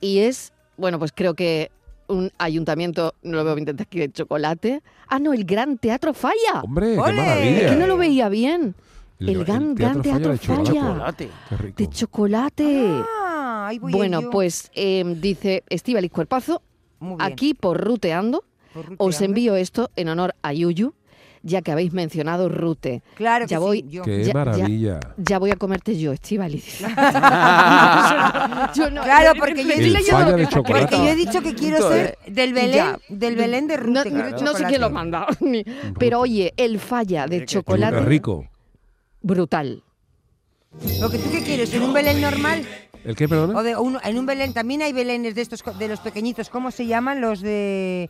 Speaker 1: y es, bueno, pues creo que un ayuntamiento, no lo veo bien desde aquí, de chocolate. Ah, no, el Gran Teatro Falla.
Speaker 3: Hombre, qué
Speaker 6: Ole.
Speaker 1: Es
Speaker 3: maravilla.
Speaker 1: que no lo veía bien. El,
Speaker 3: El- el
Speaker 1: gran, gran
Speaker 3: Teatro
Speaker 1: Teatro
Speaker 3: Falla de
Speaker 1: Falla.
Speaker 4: Chocolate.
Speaker 3: Qué rico.
Speaker 1: De chocolate.
Speaker 6: Ah, ahí voy
Speaker 1: bueno,
Speaker 6: yo.
Speaker 1: pues eh, dice Estíbaliz Cuerpazo,
Speaker 6: Muy bien.
Speaker 1: aquí por ruteando,
Speaker 6: Por Rute,
Speaker 1: os
Speaker 6: anda.
Speaker 1: envío esto en honor a Yuyu, ya que habéis mencionado Rute.
Speaker 6: Claro que
Speaker 1: ya
Speaker 6: sí,
Speaker 1: voy.
Speaker 6: yo.
Speaker 3: Qué
Speaker 1: Ya- ya-
Speaker 3: maravilla.
Speaker 1: Ya voy a comerte yo, Estíbaliz. Yo no-
Speaker 6: Claro, porque yo-
Speaker 1: me estoy
Speaker 6: El
Speaker 1: leyendo lo
Speaker 3: falla
Speaker 1: que
Speaker 3: de
Speaker 1: está
Speaker 3: chocolate.
Speaker 6: Porque yo he
Speaker 1: escrito.
Speaker 6: dicho que quiero
Speaker 4: Punto,
Speaker 6: ser del Belén,
Speaker 1: Ya.
Speaker 6: del Belén de
Speaker 1: No,
Speaker 6: Rute. quiero
Speaker 1: no sé
Speaker 6: chocolate.
Speaker 1: quién lo manda, ni- pero oye, el falla de
Speaker 4: Qué
Speaker 1: chocolate
Speaker 3: Qué rico.
Speaker 1: brutal.
Speaker 6: ¿Lo que tú qué quieres? ¿En un Belén normal?
Speaker 3: ¿El qué, perdona?
Speaker 6: ¿O de, o un- en un Belén? También hay Belenes de estos, co- de los pequeñitos. ¿Cómo se llaman? Los de...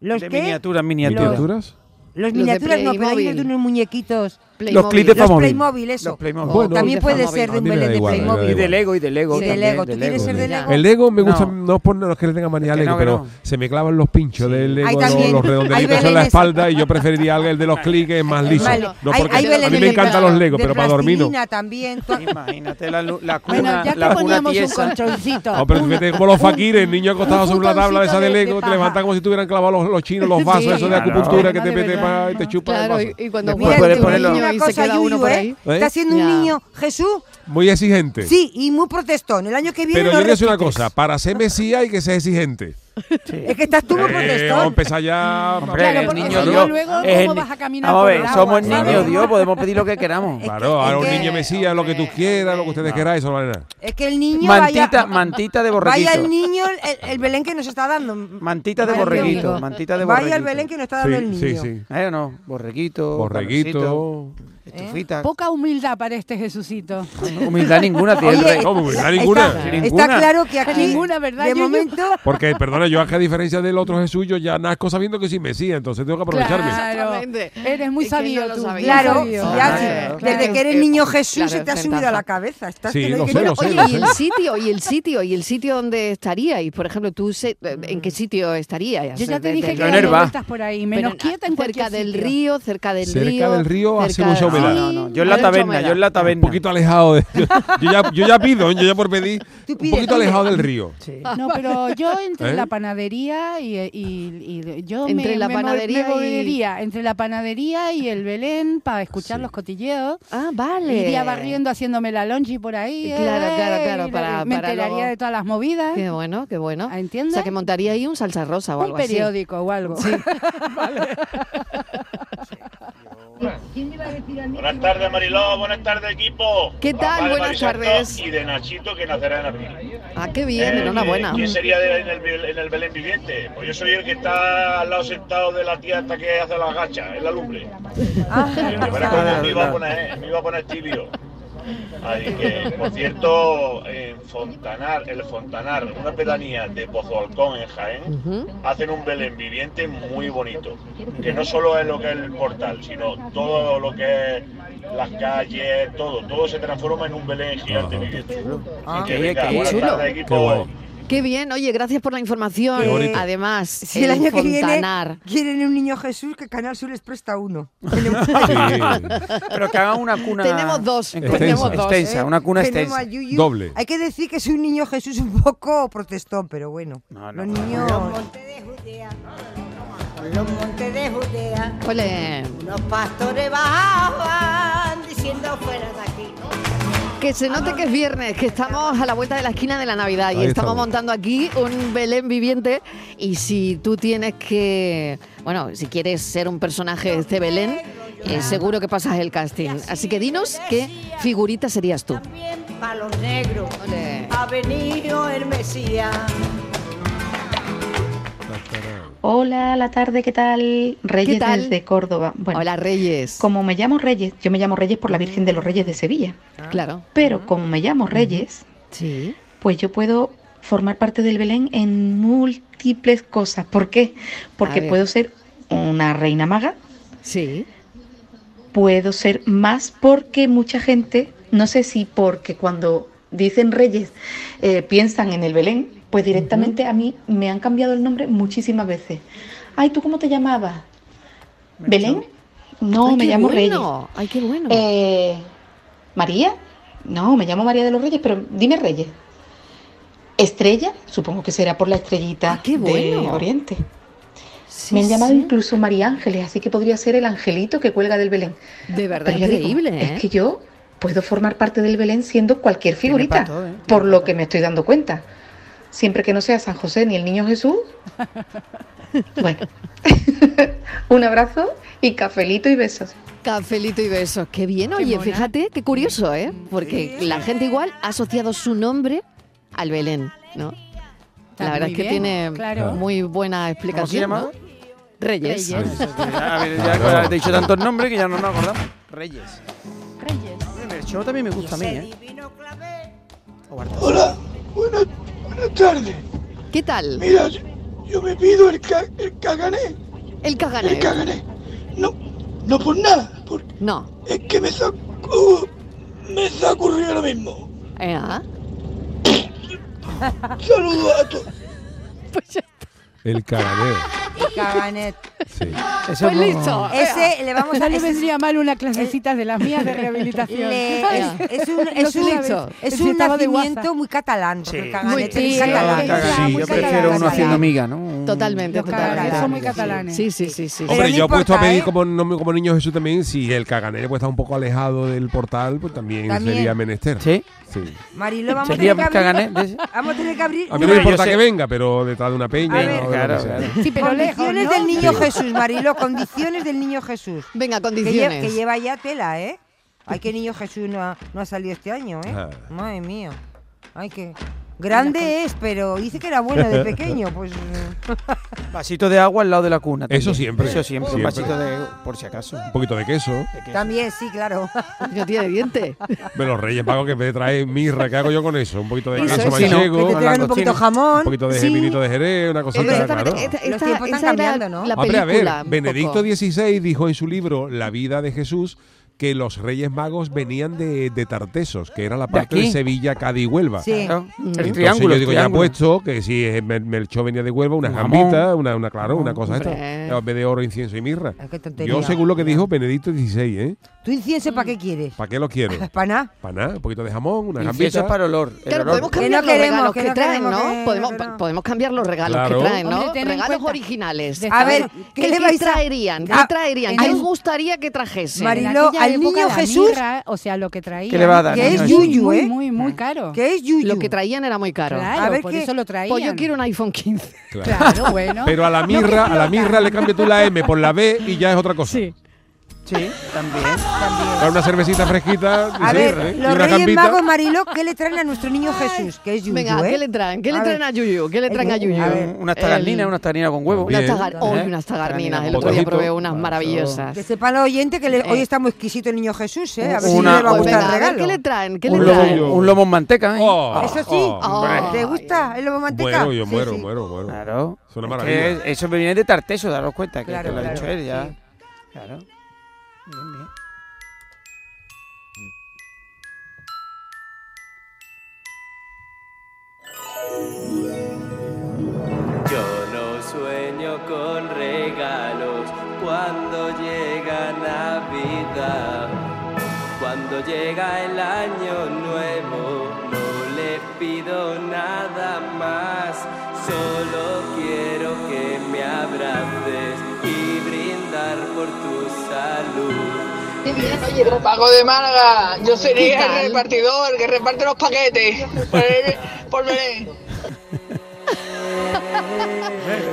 Speaker 6: Los
Speaker 4: de
Speaker 6: qué?
Speaker 4: miniatura, miniatura.
Speaker 3: ¿Miniaturas?
Speaker 6: Los
Speaker 1: de
Speaker 6: miniaturas no, pero hay
Speaker 1: Playmobil.
Speaker 6: unos de unos muñequitos.
Speaker 1: Playmobil.
Speaker 4: clips de
Speaker 6: Los
Speaker 4: Playmobil.
Speaker 6: Playmobil, eso.
Speaker 4: Los Playmobil.
Speaker 1: Oh,
Speaker 3: Bueno,
Speaker 6: También
Speaker 1: de
Speaker 6: puede
Speaker 1: Playmobil.
Speaker 6: ser de
Speaker 3: A
Speaker 6: un
Speaker 3: mí me da
Speaker 6: Belén de
Speaker 3: igual, me da
Speaker 4: Y
Speaker 6: Playmobil.
Speaker 4: de Lego, y de Lego.
Speaker 6: Sí, de
Speaker 4: también,
Speaker 6: Lego. ¿Tú quieres ser de
Speaker 1: Ya.
Speaker 6: Lego?
Speaker 3: El Lego me gusta,
Speaker 4: No.
Speaker 3: no, por no es que le tengan manía
Speaker 4: Es
Speaker 3: al
Speaker 4: que
Speaker 3: Lego,
Speaker 4: no, que
Speaker 3: pero
Speaker 4: no.
Speaker 3: se me clavan los pinchos del
Speaker 6: Ahí
Speaker 3: Lego, los,
Speaker 6: también.
Speaker 3: los
Speaker 6: Hay
Speaker 3: redondelitos en la
Speaker 6: belenes.
Speaker 3: espalda y yo preferiría algo el de los clics, es más liso.
Speaker 6: Vale.
Speaker 3: No,
Speaker 6: Hay-
Speaker 3: porque
Speaker 6: hay
Speaker 3: a mí
Speaker 6: Belenes
Speaker 3: me
Speaker 6: de
Speaker 3: encantan
Speaker 6: pla-
Speaker 3: los Legos,
Speaker 6: de
Speaker 3: pero para dormir no.
Speaker 6: plastilina también. tú-
Speaker 4: Imagínate la, lu- la cuna,
Speaker 5: Bueno, ya
Speaker 4: la cuna
Speaker 5: te poníamos un
Speaker 4: tiesa.
Speaker 5: colchoncito.
Speaker 3: No, pero
Speaker 5: Un-
Speaker 3: fíjate como los faquires, niños acostados sobre una tabla de esa de
Speaker 5: colchoncito
Speaker 3: Lego,
Speaker 5: de
Speaker 3: te levantan
Speaker 5: paja.
Speaker 3: como si tuvieran clavados los, los chinos, los vasos,
Speaker 1: Sí,
Speaker 3: esos de
Speaker 4: claro.
Speaker 3: acupuntura que te
Speaker 5: Además, de
Speaker 3: mete
Speaker 5: verdad.
Speaker 3: pa- y te chupa el
Speaker 1: Claro,
Speaker 3: vaso.
Speaker 1: y, y cuando
Speaker 4: Después
Speaker 1: muere
Speaker 4: puedes
Speaker 1: un
Speaker 4: ponerlo-
Speaker 1: niño
Speaker 6: Una
Speaker 1: y se
Speaker 6: cosa,
Speaker 1: queda uno
Speaker 6: Yuyu,
Speaker 1: por
Speaker 6: ¿eh?
Speaker 1: ahí.
Speaker 3: ¿Eh?
Speaker 6: Está siendo un
Speaker 1: Ya.
Speaker 6: niño, Jesús,
Speaker 3: Muy
Speaker 4: Este.
Speaker 3: exigente.
Speaker 6: sí, y muy protestón. El año que viene
Speaker 3: Pero
Speaker 6: no
Speaker 3: yo le digo una
Speaker 6: repites.
Speaker 3: cosa, para ser mesías hay que ser exigente.
Speaker 6: Es que estás tú muy
Speaker 3: Eh, vamos a
Speaker 6: protestón.
Speaker 3: empezar ya.
Speaker 4: Hombre,
Speaker 5: Claro,
Speaker 4: el
Speaker 5: porque
Speaker 4: niño
Speaker 5: si no,
Speaker 4: Dios.
Speaker 5: luego, ¿cómo
Speaker 4: Es el ni-
Speaker 5: vas a caminar
Speaker 4: Vamos a
Speaker 5: por
Speaker 4: ver,
Speaker 5: el agua?
Speaker 4: somos
Speaker 3: Claro.
Speaker 4: niños Dios, pues. podemos pedir lo que queramos.
Speaker 3: Claro, ahora un
Speaker 6: es que-
Speaker 3: niño mesías, lo que tú quieras, lo que ustedes queráis, eso no vale nada.
Speaker 6: Es que el niño
Speaker 4: Mantita,
Speaker 6: vaya,
Speaker 4: mantita de
Speaker 6: vaya
Speaker 4: borreguito.
Speaker 6: el niño el, el Belén que nos está dando.
Speaker 4: Mantita de
Speaker 6: Vaya
Speaker 4: borreguito,
Speaker 1: amigo.
Speaker 4: mantita de borreguito.
Speaker 6: Vaya el Belén que nos está dando el
Speaker 3: sí,
Speaker 6: niño.
Speaker 3: sí.
Speaker 4: Eh, no, borreguito,
Speaker 3: Borreguito.
Speaker 4: panecito, estufita.
Speaker 5: Poca humildad para este Jesucito.
Speaker 4: Humildad ninguna tiene el
Speaker 6: Oye, eh,
Speaker 4: rey.
Speaker 3: No, pues,
Speaker 6: está,
Speaker 3: ninguna.
Speaker 6: está
Speaker 4: Ninguna.
Speaker 6: claro que aquí,
Speaker 5: Ah. Ninguna, ¿verdad,
Speaker 6: de
Speaker 5: Yuyu?
Speaker 6: momento,
Speaker 3: Porque, perdona, yo a diferencia del otro Jesús, yo ya nazco sabiendo que soy Mesías, entonces tengo que aprovecharme.
Speaker 5: Claro.
Speaker 1: Exactamente.
Speaker 5: Eres muy
Speaker 1: Es que
Speaker 5: sabio
Speaker 1: no lo
Speaker 5: tú.
Speaker 1: sabía.
Speaker 6: claro,
Speaker 5: Muy sabio.
Speaker 6: ya,
Speaker 4: Ah,
Speaker 6: sí,
Speaker 4: claro.
Speaker 6: desde
Speaker 1: Claro.
Speaker 6: que eres
Speaker 1: Eh,
Speaker 6: niño Jesús
Speaker 1: claro,
Speaker 6: se te ha
Speaker 1: es
Speaker 6: subido a
Speaker 1: ventaja.
Speaker 6: la cabeza. Estás
Speaker 3: Sí,
Speaker 6: que no hay
Speaker 3: lo
Speaker 6: que-
Speaker 3: sé, lo sé.
Speaker 1: Oye, ¿y el sitio? ¿Y el sitio? ¿Y el sitio dónde estaríais? Por ejemplo, tú, se- ¿en
Speaker 6: Mm.
Speaker 1: qué sitio estarías?
Speaker 5: Yo ya te
Speaker 1: De-
Speaker 5: dije
Speaker 1: de-
Speaker 5: que
Speaker 4: en
Speaker 5: dando
Speaker 4: Nerva.
Speaker 5: vueltas por ahí. Menos
Speaker 1: Pero,
Speaker 5: quieta en
Speaker 1: cerca
Speaker 5: cualquier
Speaker 1: del
Speaker 5: sitio.
Speaker 1: río, cerca del
Speaker 3: Cerca
Speaker 1: río.
Speaker 3: del río, hace mucha humedad.
Speaker 4: No, no, yo en la
Speaker 1: mucha
Speaker 4: taberna,
Speaker 1: humedad.
Speaker 4: yo en la
Speaker 3: Un
Speaker 4: taberna.
Speaker 3: poquito alejado de. Yo, yo ya, yo ya pido, yo ya por pedir.
Speaker 6: Tú
Speaker 3: un
Speaker 6: pides,
Speaker 3: poquito
Speaker 6: tú
Speaker 3: alejado del río.
Speaker 4: Sí.
Speaker 5: No, pero yo entre
Speaker 3: ¿Eh?
Speaker 5: la panadería y, y- y- yo me-
Speaker 1: Entre la
Speaker 5: me, mol-
Speaker 1: panadería
Speaker 5: me
Speaker 1: y-
Speaker 5: movería entre la panadería y el Belén para escuchar
Speaker 3: Sí.
Speaker 5: los cotilleos.
Speaker 1: Ah, vale.
Speaker 5: Iría barriendo haciéndome la longi por ahí.
Speaker 1: Claro,
Speaker 5: eh,
Speaker 1: claro, claro,
Speaker 5: y
Speaker 1: para-
Speaker 5: me
Speaker 1: para
Speaker 5: enteraría
Speaker 1: luego-
Speaker 5: de todas las movidas.
Speaker 1: Qué bueno, qué bueno.
Speaker 5: Ah, ¿entiendes?
Speaker 1: O sea, que montaría ahí un salsa rosa o
Speaker 5: Un
Speaker 1: algo así.
Speaker 5: periódico o algo.
Speaker 8: Buenas tardes, Mariló. Buenas tardes, equipo.
Speaker 1: ¿Qué tal?
Speaker 8: Papá de
Speaker 1: Buenas
Speaker 8: Marisol
Speaker 1: tardes.
Speaker 8: Y de Nachito, que nacerá en abril.
Speaker 1: Ah, qué bien,
Speaker 8: Eh,
Speaker 1: enhorabuena.
Speaker 8: ¿Quién sería de- en, el, Bel- en el Belén viviente? Pues yo soy el que está al lado sentado de la tía hasta que hace las gachas, en la lumbre.
Speaker 2: Ah,
Speaker 8: Me parece como me iba a poner, me iba a poner tibio. Así que, por cierto, en Fontanar, el Fontanar, una pedanía de Pozo Alcón en Jaén,
Speaker 1: Ujú.
Speaker 8: hacen un Belén viviente muy bonito, que no solo es lo que es el portal, sino todo lo que es las calles, todo, todo se transforma en un Belén gigante
Speaker 3: Ajá.
Speaker 8: viviente.
Speaker 6: Ah,
Speaker 8: Y que
Speaker 4: qué
Speaker 8: venga,
Speaker 4: chulo.
Speaker 8: buenas tardes,
Speaker 3: Qué guay.
Speaker 8: equipo.
Speaker 1: Qué bien, oye, gracias por la información.
Speaker 6: Qué bonito.
Speaker 1: Además,
Speaker 6: Si el año que viene
Speaker 1: Fontanar.
Speaker 6: quieren un niño Jesús, que Canal Sur les presta uno. Tenemos,
Speaker 3: Sí.
Speaker 4: Pero que haga una cuna.
Speaker 1: Tenemos dos,
Speaker 4: en-
Speaker 3: tenemos dos,
Speaker 4: Extensa, una cuna
Speaker 6: tenemos
Speaker 4: extensa.
Speaker 6: al Yuyu.
Speaker 3: Doble.
Speaker 6: Hay que decir que es un niño Jesús un poco protestón, pero bueno.
Speaker 4: No, no,
Speaker 6: los
Speaker 4: no.
Speaker 6: niños.
Speaker 9: de Judea, por los montes de Judea,
Speaker 4: Pues
Speaker 1: Ole,
Speaker 9: unos pastores bajaban diciendo fuera de aquí.
Speaker 1: que se note que es viernes, que estamos a la vuelta de la esquina de la Navidad y
Speaker 3: Ahí
Speaker 1: estamos
Speaker 3: estamos.
Speaker 1: montando aquí un Belén viviente. Y si tú tienes que, bueno, si quieres ser un personaje de este Belén, eh, seguro que pasas el casting. Así que dinos qué figurita serías tú.
Speaker 9: También para los negros
Speaker 1: Ole.
Speaker 9: ha venido el Mesías.
Speaker 10: Hola, la tarde, ¿qué tal? Reyes
Speaker 1: tal?
Speaker 10: desde Córdoba. Bueno,
Speaker 1: Hola Reyes.
Speaker 10: como me llamo Reyes, yo me llamo Reyes por la Virgen de los Reyes de Sevilla,
Speaker 1: Claro.
Speaker 10: pero como me llamo Reyes,
Speaker 1: Sí.
Speaker 10: pues yo puedo formar parte del Belén en múltiples cosas. ¿Por qué? Porque
Speaker 1: ver.
Speaker 10: puedo ser una reina maga,
Speaker 1: Sí.
Speaker 10: puedo ser más porque mucha gente, no sé si porque cuando dicen Reyes eh, piensan en el Belén, pues directamente a mí me han cambiado el nombre muchísimas veces. Ay, ¿tú cómo te llamabas? ¿Belén? No,
Speaker 1: Ay,
Speaker 10: me
Speaker 1: qué
Speaker 10: llamo
Speaker 1: bueno. Ay, qué bueno.
Speaker 10: Reyes. Eh, ¿María? No, me llamo María de los Reyes, pero dime Reyes. ¿Estrella? Supongo que será por la estrellita
Speaker 1: Ah, qué bueno.
Speaker 10: de Oriente.
Speaker 1: Sí,
Speaker 10: me han llamado
Speaker 1: sí.
Speaker 10: incluso María Ángeles, así que podría ser el angelito que cuelga del Belén.
Speaker 1: De verdad,
Speaker 10: Pero ya digo,
Speaker 1: increíble. ¿eh?
Speaker 10: Es que yo puedo formar parte del Belén siendo cualquier
Speaker 4: Tiene
Speaker 10: figurita,
Speaker 4: pa' todo, ¿eh? Tiene
Speaker 10: por
Speaker 4: pa'
Speaker 10: lo
Speaker 4: todo.
Speaker 10: que me estoy dando cuenta. Siempre que no sea San José ni el Niño Jesús. Bueno, un abrazo y cafelito y besos.
Speaker 1: Cafelito y besos. Qué bien, oye,
Speaker 5: mona.
Speaker 1: fíjate, qué curioso, ¿eh? Porque la gente igual ha asociado su nombre al Belén, ¿no?
Speaker 5: Está
Speaker 1: La verdad
Speaker 5: muy
Speaker 1: es que
Speaker 5: bien,
Speaker 1: tiene
Speaker 5: claro.
Speaker 1: muy buena
Speaker 4: ¿Cómo se
Speaker 1: explicación.
Speaker 4: llamaba?
Speaker 1: ¿no? Reyes.
Speaker 5: Reyes. Ah,
Speaker 3: Ah,
Speaker 4: A ver, ya he dicho tantos nombres que ya no nos acordamos. Reyes. Reyes. Bartolo también me gusta a mí, ¿eh? O Bartolo.
Speaker 11: Hola, buenas, buenas tardes.
Speaker 1: ¿Qué tal?
Speaker 11: Mira, yo, yo me pido el, ca- el cagané.
Speaker 1: El cagané.
Speaker 11: El cagané. No, no por Pues nada, por-
Speaker 1: No.
Speaker 11: es que me sacó, me está ocurriendo ahora mismo.
Speaker 1: Eh, ah.
Speaker 11: Saludos a todos.
Speaker 2: Pues
Speaker 3: El caraneo.
Speaker 6: Cabanet.
Speaker 3: Sí.
Speaker 4: Eso
Speaker 5: Pues
Speaker 4: no-
Speaker 5: listo.
Speaker 6: Ese le vamos a-
Speaker 5: No le
Speaker 6: ese-
Speaker 5: vendría mal una clasecita de las mías de rehabilitación.
Speaker 6: Le-
Speaker 5: ¿sabes?
Speaker 6: es, es un,
Speaker 5: Lo
Speaker 6: es
Speaker 5: que
Speaker 6: un-
Speaker 5: le habéis-
Speaker 6: es
Speaker 5: si
Speaker 6: un
Speaker 5: estaba de
Speaker 6: nacimiento
Speaker 5: guasa.
Speaker 6: muy catalán, porque
Speaker 4: Sí.
Speaker 6: el caganet
Speaker 5: Muy-
Speaker 6: es
Speaker 5: sí,
Speaker 6: catalán.
Speaker 5: Caganet,
Speaker 4: Sí,
Speaker 5: muy
Speaker 4: yo
Speaker 5: catalán,
Speaker 4: prefiero uno
Speaker 5: catalán.
Speaker 4: haciendo miga, ¿no? Un-
Speaker 1: Totalmente,
Speaker 5: Los
Speaker 1: totalmente.
Speaker 5: catalanes son muy catalanes.
Speaker 1: Sí, sí, sí, sí.
Speaker 3: Hombre,
Speaker 6: no
Speaker 3: yo he puesto a
Speaker 6: importa,
Speaker 3: pedir
Speaker 6: ¿eh?
Speaker 3: como, no- como niño Jesús también, si el cagané pues está un poco alejado del portal, pues también,
Speaker 6: También.
Speaker 3: sería menester.
Speaker 4: ¿Sí?
Speaker 3: Sí.
Speaker 6: Marilo, vamos a
Speaker 4: Sería
Speaker 6: tener que abrir.
Speaker 4: Caganet, ¿ves?
Speaker 6: Vamos a tener que abrir.
Speaker 3: A mí no
Speaker 4: Hombre,
Speaker 3: me
Speaker 4: yo
Speaker 3: importa
Speaker 4: sé-
Speaker 3: que venga, pero detrás de una peña.
Speaker 6: A
Speaker 3: o
Speaker 6: ver.
Speaker 3: de lo que
Speaker 4: Claro,
Speaker 3: sea.
Speaker 4: claro.
Speaker 5: Sí, pero lejos,
Speaker 6: Condiciones
Speaker 5: ¿no?
Speaker 6: del niño
Speaker 3: Sí.
Speaker 6: Jesús, Marilo, condiciones del niño Jesús.
Speaker 1: Venga,
Speaker 6: Que lle-
Speaker 1: condiciones.
Speaker 6: Que, lleva ya tela, ¿eh? Ay, qué niño Jesús no ha, no ha salido este año, ¿eh?
Speaker 3: Ah.
Speaker 6: Madre mía. Ay, que. Grande es, pero dice que era bueno de pequeño, pues. eh,
Speaker 4: Vasito de agua al lado de la cuna.
Speaker 3: Eso
Speaker 4: también.
Speaker 3: siempre.
Speaker 4: Eso siempre. Un
Speaker 3: Siempre.
Speaker 4: vasito de. Por si acaso.
Speaker 3: Un poquito de queso.
Speaker 6: También, sí, claro.
Speaker 1: No tiene diente.
Speaker 3: De los Reyes Pagos que me trae mirra. ¿Qué hago yo con eso? Un poquito de
Speaker 1: Eso
Speaker 3: queso
Speaker 1: es.
Speaker 6: Sí,
Speaker 4: no,
Speaker 3: manchego.
Speaker 6: que te
Speaker 4: con
Speaker 6: traigan un poquito
Speaker 4: langostino.
Speaker 3: Un
Speaker 6: jamón.
Speaker 3: poquito de
Speaker 1: Sí.
Speaker 3: vinito de Jerez, una cosita,
Speaker 1: Pero exactamente,
Speaker 3: claro.
Speaker 1: esta- esta-
Speaker 6: Los tiempos están
Speaker 1: esa era
Speaker 6: cambiando, ¿no?
Speaker 1: La
Speaker 3: Hombre,
Speaker 1: película,
Speaker 3: a ver,
Speaker 1: un
Speaker 3: Benedicto
Speaker 1: poco.
Speaker 3: XVI dijo en su libro La vida de Jesús que los Reyes Magos venían de, de Tartesos, que era la parte de,
Speaker 4: aquí?
Speaker 3: Sevilla, Cádiz y Huelva.
Speaker 6: Sí.
Speaker 4: Claro. El
Speaker 3: Entonces
Speaker 4: triángulo.
Speaker 3: yo
Speaker 4: el
Speaker 3: digo, ya
Speaker 4: triángulo.
Speaker 3: puesto que si es Mel- Melchor venía de Huelva, unas
Speaker 4: Un jamón.
Speaker 3: gambitas, una, una, claro, una cosa esta.
Speaker 1: Hombre.
Speaker 3: En vez de oro, incienso y mirra.
Speaker 6: Ay, qué tontería.
Speaker 3: Yo según lo que dijo Benedicto XVI, ¿eh?
Speaker 6: ¿Tú incienso para qué quieres?
Speaker 3: ¿Para qué lo quiero?
Speaker 6: ¿Para nada?
Speaker 3: Para nada, un poquito de jamón, una gambita.
Speaker 4: Incienso es para olor. el
Speaker 1: Claro,
Speaker 4: olor.
Speaker 1: podemos
Speaker 6: Que no
Speaker 1: cambiar los
Speaker 6: queremos,
Speaker 1: regalos que,
Speaker 6: que no
Speaker 1: traen,
Speaker 6: queremos,
Speaker 1: ¿no?
Speaker 6: que-
Speaker 1: podemos,
Speaker 6: que no.
Speaker 1: podemos cambiar los regalos
Speaker 3: Claro.
Speaker 1: que traen, ¿no?
Speaker 5: Hombre, ten en
Speaker 1: regalos
Speaker 5: cuenta-
Speaker 1: originales.
Speaker 5: de-
Speaker 6: A ver, ¿qué
Speaker 1: ¿Qué
Speaker 6: le vais a.?
Speaker 1: traerían? ¿Qué
Speaker 6: Ah,
Speaker 1: traerían? ¿Qué
Speaker 6: en-
Speaker 1: os gustaría que trajesen?
Speaker 5: En
Speaker 6: Marilo,
Speaker 5: aquella
Speaker 6: al
Speaker 5: época
Speaker 6: niño
Speaker 5: la
Speaker 6: Jesús-
Speaker 5: mirra, o sea, lo que traía.
Speaker 4: ¿Qué le va a dar?
Speaker 6: Que es
Speaker 4: niño?
Speaker 6: yuyu,
Speaker 5: muy,
Speaker 6: ¿eh?
Speaker 5: muy, muy caro.
Speaker 6: ¿Qué es yuyu?
Speaker 1: Lo que traían era muy caro.
Speaker 5: Claro,
Speaker 6: A ver
Speaker 5: por
Speaker 6: qué-
Speaker 5: eso lo traían.
Speaker 1: Pues yo quiero un iPhone 15.
Speaker 3: Claro.
Speaker 5: Claro, bueno.
Speaker 3: Pero a la mirra, a la mirra le cambia tú la M por la B y ya es otra cosa.
Speaker 5: Sí.
Speaker 4: Sí, también.
Speaker 3: Para una cervecita fresquita,
Speaker 6: A
Speaker 3: sí,
Speaker 6: ver,
Speaker 3: ¿eh? y una
Speaker 6: los Reyes
Speaker 3: gambita.
Speaker 6: Magos Mariló, ¿qué le traen a nuestro niño Jesús? Que es Yuyu,
Speaker 1: Venga,
Speaker 6: ¿eh?
Speaker 1: ¿qué le traen? ¿Qué le
Speaker 6: A
Speaker 1: traen
Speaker 6: ver.
Speaker 1: a Yuyu? ¿Qué le traen a
Speaker 6: El-
Speaker 1: Yuyu?
Speaker 6: a ver,
Speaker 4: Un- Unas tagarninas,
Speaker 1: El-
Speaker 4: unas tagarninas con huevo.
Speaker 1: Unas
Speaker 3: Bien.
Speaker 1: tagar-
Speaker 4: ¿Eh?
Speaker 1: hoy unas tagarninas.
Speaker 4: Tagarninas
Speaker 1: El otro día
Speaker 3: con
Speaker 1: probé
Speaker 3: huevito.
Speaker 1: unas
Speaker 4: Eso.
Speaker 1: maravillosas.
Speaker 6: Que sepa el oyente que le- hoy
Speaker 1: Eh.
Speaker 6: está muy exquisito el niño Jesús, ¿eh? A
Speaker 4: Una-
Speaker 6: ver si le va a
Speaker 1: Pues
Speaker 6: gustar
Speaker 1: venga,
Speaker 6: el
Speaker 1: a ver,
Speaker 6: regalo. Ah.
Speaker 1: ¿Qué le traen? ¿Qué
Speaker 4: Un
Speaker 1: le
Speaker 3: lobo-
Speaker 1: traen?
Speaker 4: lomo, un lomo en manteca, ¿eh?
Speaker 3: Oh,
Speaker 6: Eso sí.
Speaker 3: oh, hombre.
Speaker 1: Oh.
Speaker 6: ¿Te gusta el lobo manteca?
Speaker 3: Muero, yo
Speaker 6: Sí,
Speaker 3: muero,
Speaker 6: sí.
Speaker 3: muero, muero.
Speaker 4: Claro.
Speaker 3: Es una
Speaker 4: Es
Speaker 3: maravilla.
Speaker 4: que eso viene de Tarteso, daros cuenta, que,
Speaker 6: Claro,
Speaker 4: que lo ha
Speaker 6: claro,
Speaker 4: dicho él ya.
Speaker 6: sí.
Speaker 4: Claro. Bien, bien.
Speaker 12: Yo no sueño con regalos cuando llega Navidad. Cuando llega el año nuevo no le pido nada más. Solo quiero que me abraces y brindar por tu salud.
Speaker 13: Paco de Málaga, yo sería
Speaker 1: tal?
Speaker 13: el repartidor que reparte los paquetes. Por, por Belén.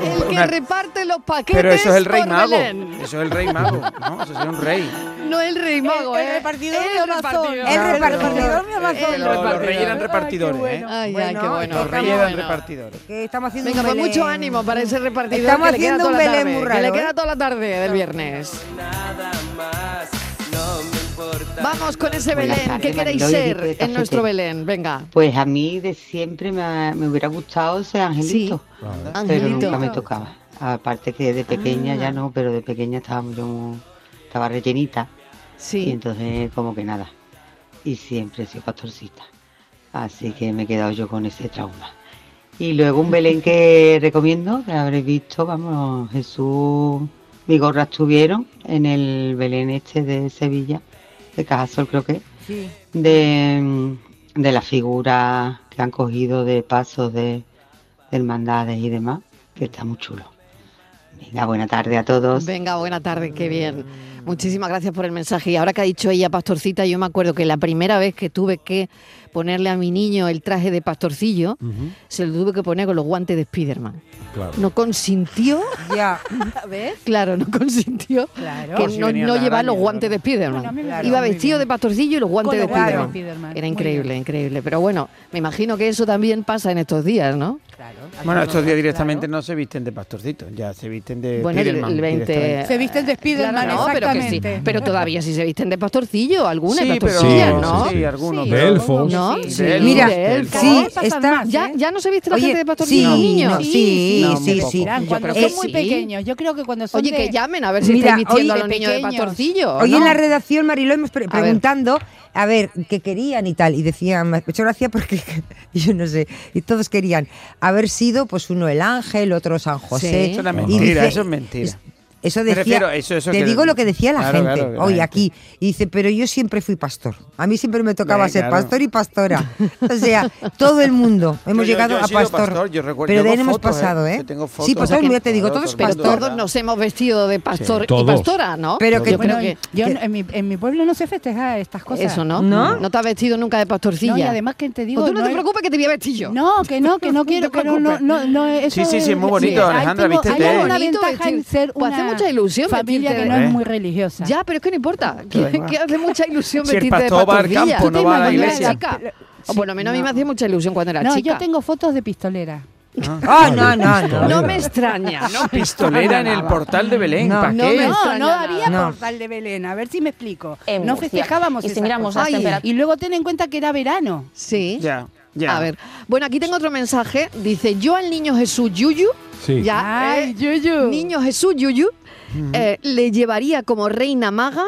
Speaker 1: El que
Speaker 4: Una-
Speaker 1: reparte los paquetes.
Speaker 4: Pero eso es el rey
Speaker 1: por
Speaker 4: mago.
Speaker 1: Belén.
Speaker 4: Eso es el rey mago. No, eso es un rey.
Speaker 1: No el rey mago,
Speaker 5: el
Speaker 1: ¿eh?
Speaker 5: repartidor
Speaker 1: El
Speaker 5: de Amazon.
Speaker 1: repartidor.
Speaker 6: El repartidor
Speaker 5: me abrazó.
Speaker 4: Los,
Speaker 1: El
Speaker 4: los
Speaker 1: repartidor.
Speaker 4: reyes eran repartidores, ¿eh?
Speaker 1: Ay, ay,
Speaker 6: Bueno,
Speaker 1: qué bueno.
Speaker 4: Los
Speaker 1: qué
Speaker 4: reyes eran
Speaker 1: bueno.
Speaker 4: repartidores.
Speaker 6: Que estamos haciendo
Speaker 1: Venga,
Speaker 6: un
Speaker 1: pues
Speaker 6: Belén.
Speaker 1: mucho ánimo para ese repartidor
Speaker 6: Estamos
Speaker 1: que le queda
Speaker 6: haciendo
Speaker 1: toda
Speaker 6: un
Speaker 1: la
Speaker 6: Belén
Speaker 1: tarde,
Speaker 6: muy
Speaker 1: que
Speaker 6: raro,
Speaker 1: le
Speaker 6: ¿eh?
Speaker 1: queda toda la tarde del viernes.
Speaker 12: Nada más, no me importa.
Speaker 1: Vamos con ese
Speaker 14: Buenas
Speaker 1: Belén.
Speaker 14: tardes,
Speaker 1: ¿Qué queréis
Speaker 14: Mariló y equipo
Speaker 1: ser
Speaker 14: de
Speaker 1: en nuestro
Speaker 14: Cafetín.
Speaker 1: Belén? Venga.
Speaker 14: Pues a mí de siempre me, ha- me hubiera gustado ser angelito, pero
Speaker 1: Ah, Angelito. Ah.
Speaker 14: nunca me tocaba. Aparte que de pequeña ya no, pero de pequeña estaba yo muy- estaba rellenita y
Speaker 1: Sí.
Speaker 14: entonces como que nada. Y siempre he sido pastorcita. Así que me he quedado yo con ese trauma. Y luego un Belén que recomiendo, que habréis visto, vamos, Jesús, mi gorra estuvieron en el Belén este de Sevilla, de Cajasol creo que es
Speaker 6: Sí.
Speaker 14: de, mm, de las figuras que han cogido de pasos de, de hermandades y demás, que está muy chulo. Venga, buena tarde a todos.
Speaker 1: Venga, buena tarde, qué bien. Muchísimas gracias por el mensaje. Y ahora que ha dicho ella pastorcita, yo me acuerdo que la primera vez que tuve que ponerle a mi niño el traje de pastorcillo,
Speaker 3: Ujú,
Speaker 1: se lo tuve que poner con los guantes de Spiderman.
Speaker 3: claro.
Speaker 1: No consintió,
Speaker 6: Ya.
Speaker 5: ¿Ves?
Speaker 1: Claro, no consintió
Speaker 5: Claro.
Speaker 1: que
Speaker 4: No, si
Speaker 1: no,
Speaker 4: venía
Speaker 1: no
Speaker 4: la
Speaker 1: llevaba
Speaker 4: araña,
Speaker 1: los guantes de
Speaker 4: claro.
Speaker 1: Spiderman.
Speaker 5: Bueno, a mí me
Speaker 1: Iba
Speaker 5: parece muy
Speaker 1: vestido
Speaker 5: bien.
Speaker 1: de pastorcillo y los guantes
Speaker 5: Con
Speaker 1: de
Speaker 5: los guantes de
Speaker 1: Spiderman.
Speaker 5: Spiderman.
Speaker 1: Era
Speaker 5: Muy
Speaker 1: increíble, increíble. Pero bueno, me imagino que eso también pasa en estos días, ¿no?
Speaker 4: Bueno, estos días directamente no se visten de pastorcito, ya se visten de
Speaker 1: Bueno, el-
Speaker 4: Eh, Spiderman
Speaker 1: el 20.
Speaker 4: directamente.
Speaker 5: visten de Spiderman,
Speaker 1: Claro, no, pero, que sí.
Speaker 5: exactamente.
Speaker 1: pero todavía sí se visten de pastorcillo, algunas
Speaker 4: Sí, pero-
Speaker 1: pastorcillas,
Speaker 4: Sí,
Speaker 1: ¿no?
Speaker 4: sí, sí, algunos,
Speaker 1: Sí,
Speaker 4: De
Speaker 1: ¿no?
Speaker 4: elfos.
Speaker 1: ¿No?
Speaker 4: Sí,
Speaker 1: Sí,
Speaker 4: de elfos.
Speaker 1: mira,
Speaker 4: de elfos.
Speaker 1: sí,
Speaker 6: Pasan
Speaker 1: está-
Speaker 6: más,
Speaker 1: ya, ya no se viste la
Speaker 6: Oye,
Speaker 1: gente de
Speaker 6: sí,
Speaker 1: pastorcillo, niños.
Speaker 6: no, sí,
Speaker 1: No,
Speaker 6: sí, sí,
Speaker 1: tampoco.
Speaker 6: sí.
Speaker 1: Yo creo
Speaker 5: Cuando
Speaker 1: que
Speaker 5: son muy
Speaker 1: sí.
Speaker 5: pequeños, yo creo que cuando son
Speaker 1: Oye,
Speaker 5: de-
Speaker 1: que llamen a ver si
Speaker 6: Mira,
Speaker 1: estáis vistiendo
Speaker 6: hoy
Speaker 1: a los
Speaker 6: de
Speaker 1: niños de
Speaker 6: pequeños.
Speaker 1: pastorcillo.
Speaker 6: Hoy
Speaker 1: ¿no?
Speaker 6: en la redacción, Mariló, hemos pre-
Speaker 1: A ver.
Speaker 6: preguntando a ver qué querían y tal. Y decían, me ha hecho gracia porque yo no sé. Y todos querían haber sido, pues uno el ángel, otro San José.
Speaker 4: Eso era
Speaker 6: Y
Speaker 4: mentira,
Speaker 6: dice-
Speaker 4: eso es mentira.
Speaker 6: Eso
Speaker 4: Me
Speaker 6: decía,
Speaker 4: refiero, eso- eso
Speaker 6: te
Speaker 4: que-
Speaker 6: digo lo que decía la
Speaker 4: Claro,
Speaker 6: gente
Speaker 4: claro, que la
Speaker 6: hoy
Speaker 4: gente.
Speaker 6: aquí. Y dice, pero yo siempre fui pastor. A mí siempre me tocaba
Speaker 4: Eh,
Speaker 6: ser
Speaker 4: claro.
Speaker 6: pastor y pastora. O sea, todo el mundo hemos
Speaker 4: Yo- yo-
Speaker 6: llegado
Speaker 4: yo he
Speaker 6: a
Speaker 4: sido
Speaker 6: pastor.
Speaker 4: pastor, yo recuerdo-
Speaker 6: pero
Speaker 4: yo
Speaker 6: de ahí
Speaker 4: hago
Speaker 6: no hemos
Speaker 4: fotos, ¿eh?
Speaker 6: pasado, ¿eh?
Speaker 4: Yo tengo
Speaker 6: sí,
Speaker 1: pues,
Speaker 4: fotos,
Speaker 6: pastor,
Speaker 4: todo
Speaker 6: ya te digo,
Speaker 4: el
Speaker 6: todo
Speaker 4: mundo,
Speaker 6: es
Speaker 1: Pero
Speaker 6: pastor.
Speaker 1: todos nos hemos vestido de pastor y
Speaker 3: Todos.
Speaker 1: pastora, ¿no?
Speaker 6: Pero que-
Speaker 1: yo creo
Speaker 5: Bueno,
Speaker 1: que
Speaker 5: yo no- en, mi, en mi pueblo no se festeja estas cosas.
Speaker 1: eso, ¿no?
Speaker 6: ¿No?
Speaker 1: te has vestido nunca de pastorcilla.
Speaker 5: No, y además que te digo,
Speaker 1: Pues tú no,
Speaker 5: no
Speaker 1: te
Speaker 5: es-
Speaker 1: preocupes que te voy a vestir yo.
Speaker 5: No, que no, que no quiero, que no, no, no, no, eso
Speaker 4: Sí, sí, sí, es muy bonito,
Speaker 5: ahí
Speaker 4: Alejandra,
Speaker 5: tengo-
Speaker 4: vístete.
Speaker 5: Hay una
Speaker 1: Bonito
Speaker 5: ventaja en
Speaker 1: vestir-
Speaker 5: ser
Speaker 1: Pues
Speaker 5: una
Speaker 1: hace mucha ilusión
Speaker 5: familia
Speaker 1: vestirte
Speaker 5: que no
Speaker 4: de-
Speaker 5: es
Speaker 4: ¿Eh?
Speaker 5: muy religiosa.
Speaker 1: Ya, pero es que no importa.
Speaker 4: da
Speaker 1: Que,
Speaker 4: igual.
Speaker 1: que hace mucha ilusión
Speaker 4: Si el
Speaker 1: vestirte de
Speaker 4: pastor va al
Speaker 1: pastorcilla.
Speaker 4: campo,
Speaker 1: ¿Tú te
Speaker 4: no va a la
Speaker 1: imaginas
Speaker 4: iglesia?
Speaker 1: chica?
Speaker 5: Sí,
Speaker 1: O por lo menos a mí
Speaker 5: no.
Speaker 1: me hacía mucha ilusión cuando era
Speaker 5: no,
Speaker 1: chica.
Speaker 5: yo tengo fotos de pistolera.
Speaker 6: Ah, no, no, no.
Speaker 1: No me extraña. No,
Speaker 4: Pistolera en el portal de Belén,
Speaker 6: No.
Speaker 4: ¿para
Speaker 1: No
Speaker 4: qué?
Speaker 1: me-
Speaker 5: No,
Speaker 1: extraña
Speaker 5: no
Speaker 1: nada.
Speaker 5: había
Speaker 6: No.
Speaker 5: portal de Belén, a ver si me explico.
Speaker 15: En
Speaker 5: no
Speaker 15: Murcia.
Speaker 5: festejábamos
Speaker 15: Y si
Speaker 5: esas
Speaker 15: miramos las
Speaker 5: cosas. Ay,
Speaker 15: temperaturas-
Speaker 5: Y luego ten en cuenta que era verano.
Speaker 1: Sí.
Speaker 4: Ya, ya.
Speaker 1: A ver. Bueno, aquí tengo otro mensaje. Dice, yo al niño Jesús Yuyu,
Speaker 3: Sí.
Speaker 1: ya,
Speaker 5: Ay,
Speaker 1: eh,
Speaker 5: Yuyu.
Speaker 1: niño Jesús Yuyu, eh, le llevaría como reina maga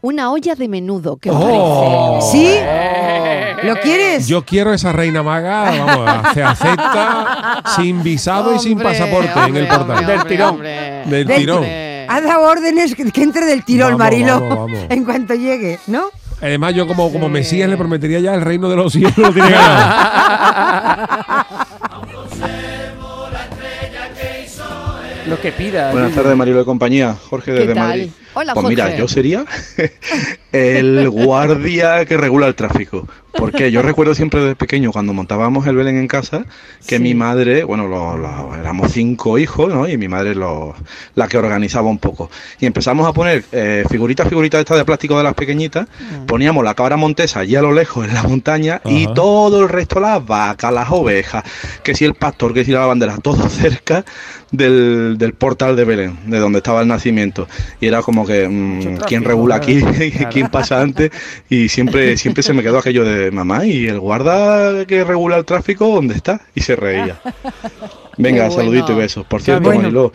Speaker 1: una olla de menudo. ¿Qué os
Speaker 3: Oh.
Speaker 6: ¿Sí?
Speaker 4: Eh.
Speaker 6: ¿Lo
Speaker 1: Eh,
Speaker 6: quieres?
Speaker 3: Yo quiero esa reina maga, vamos, se acepta sin visado y sin
Speaker 1: Hombre,
Speaker 3: pasaporte en el
Speaker 1: hombre,
Speaker 3: portal.
Speaker 1: hombre,
Speaker 4: Del tirón.
Speaker 1: hombre.
Speaker 3: Del
Speaker 1: Del
Speaker 3: tirón.
Speaker 1: hombre.
Speaker 6: Ha dado órdenes que, que entre del
Speaker 3: Vamos,
Speaker 6: tirón, Marilo,
Speaker 3: vamos, vamos.
Speaker 6: en cuanto llegue, ¿no?
Speaker 3: Además, yo como, como Mesías le prometería ya el reino de los cielos. lo tiene ganado.
Speaker 4: Lo que pida.
Speaker 16: Buenas tardes, Marilo de compañía. Jorge
Speaker 1: ¿Qué
Speaker 16: desde
Speaker 1: tal?
Speaker 16: Madrid.
Speaker 1: Hola,
Speaker 16: pues mira,
Speaker 1: Jorge.
Speaker 16: yo sería el guardia que regula el tráfico. Porque yo recuerdo siempre desde pequeño, cuando montábamos el Belén en casa, que mi madre, bueno, lo- lo- éramos cinco hijos, ¿no? Y mi madre lo- la que organizaba un poco. Y empezamos a poner eh, figuritas, figuritas estas de plástico de las pequeñitas. Poníamos la cabra montesa allí a lo lejos en la montaña y
Speaker 3: Ajá.
Speaker 16: todo el resto, las vacas, las ovejas, que si el pastor, que si la bandera, todo cerca del, del portal de Belén, de donde estaba el nacimiento. Y era como que, mm,
Speaker 4: Mucho
Speaker 16: ¿quién
Speaker 4: tráfico,
Speaker 16: regula aquí?
Speaker 4: claro, claro.
Speaker 16: ¿Quién pasa antes? Y siempre, siempre se me quedó aquello de mamá y el guarda que regula el tráfico, ¿dónde está? Y se reía. Venga,
Speaker 1: Qué bueno.
Speaker 16: saludito y besos. Por
Speaker 4: Qué
Speaker 16: cierto,
Speaker 4: bueno.
Speaker 16: Mariló,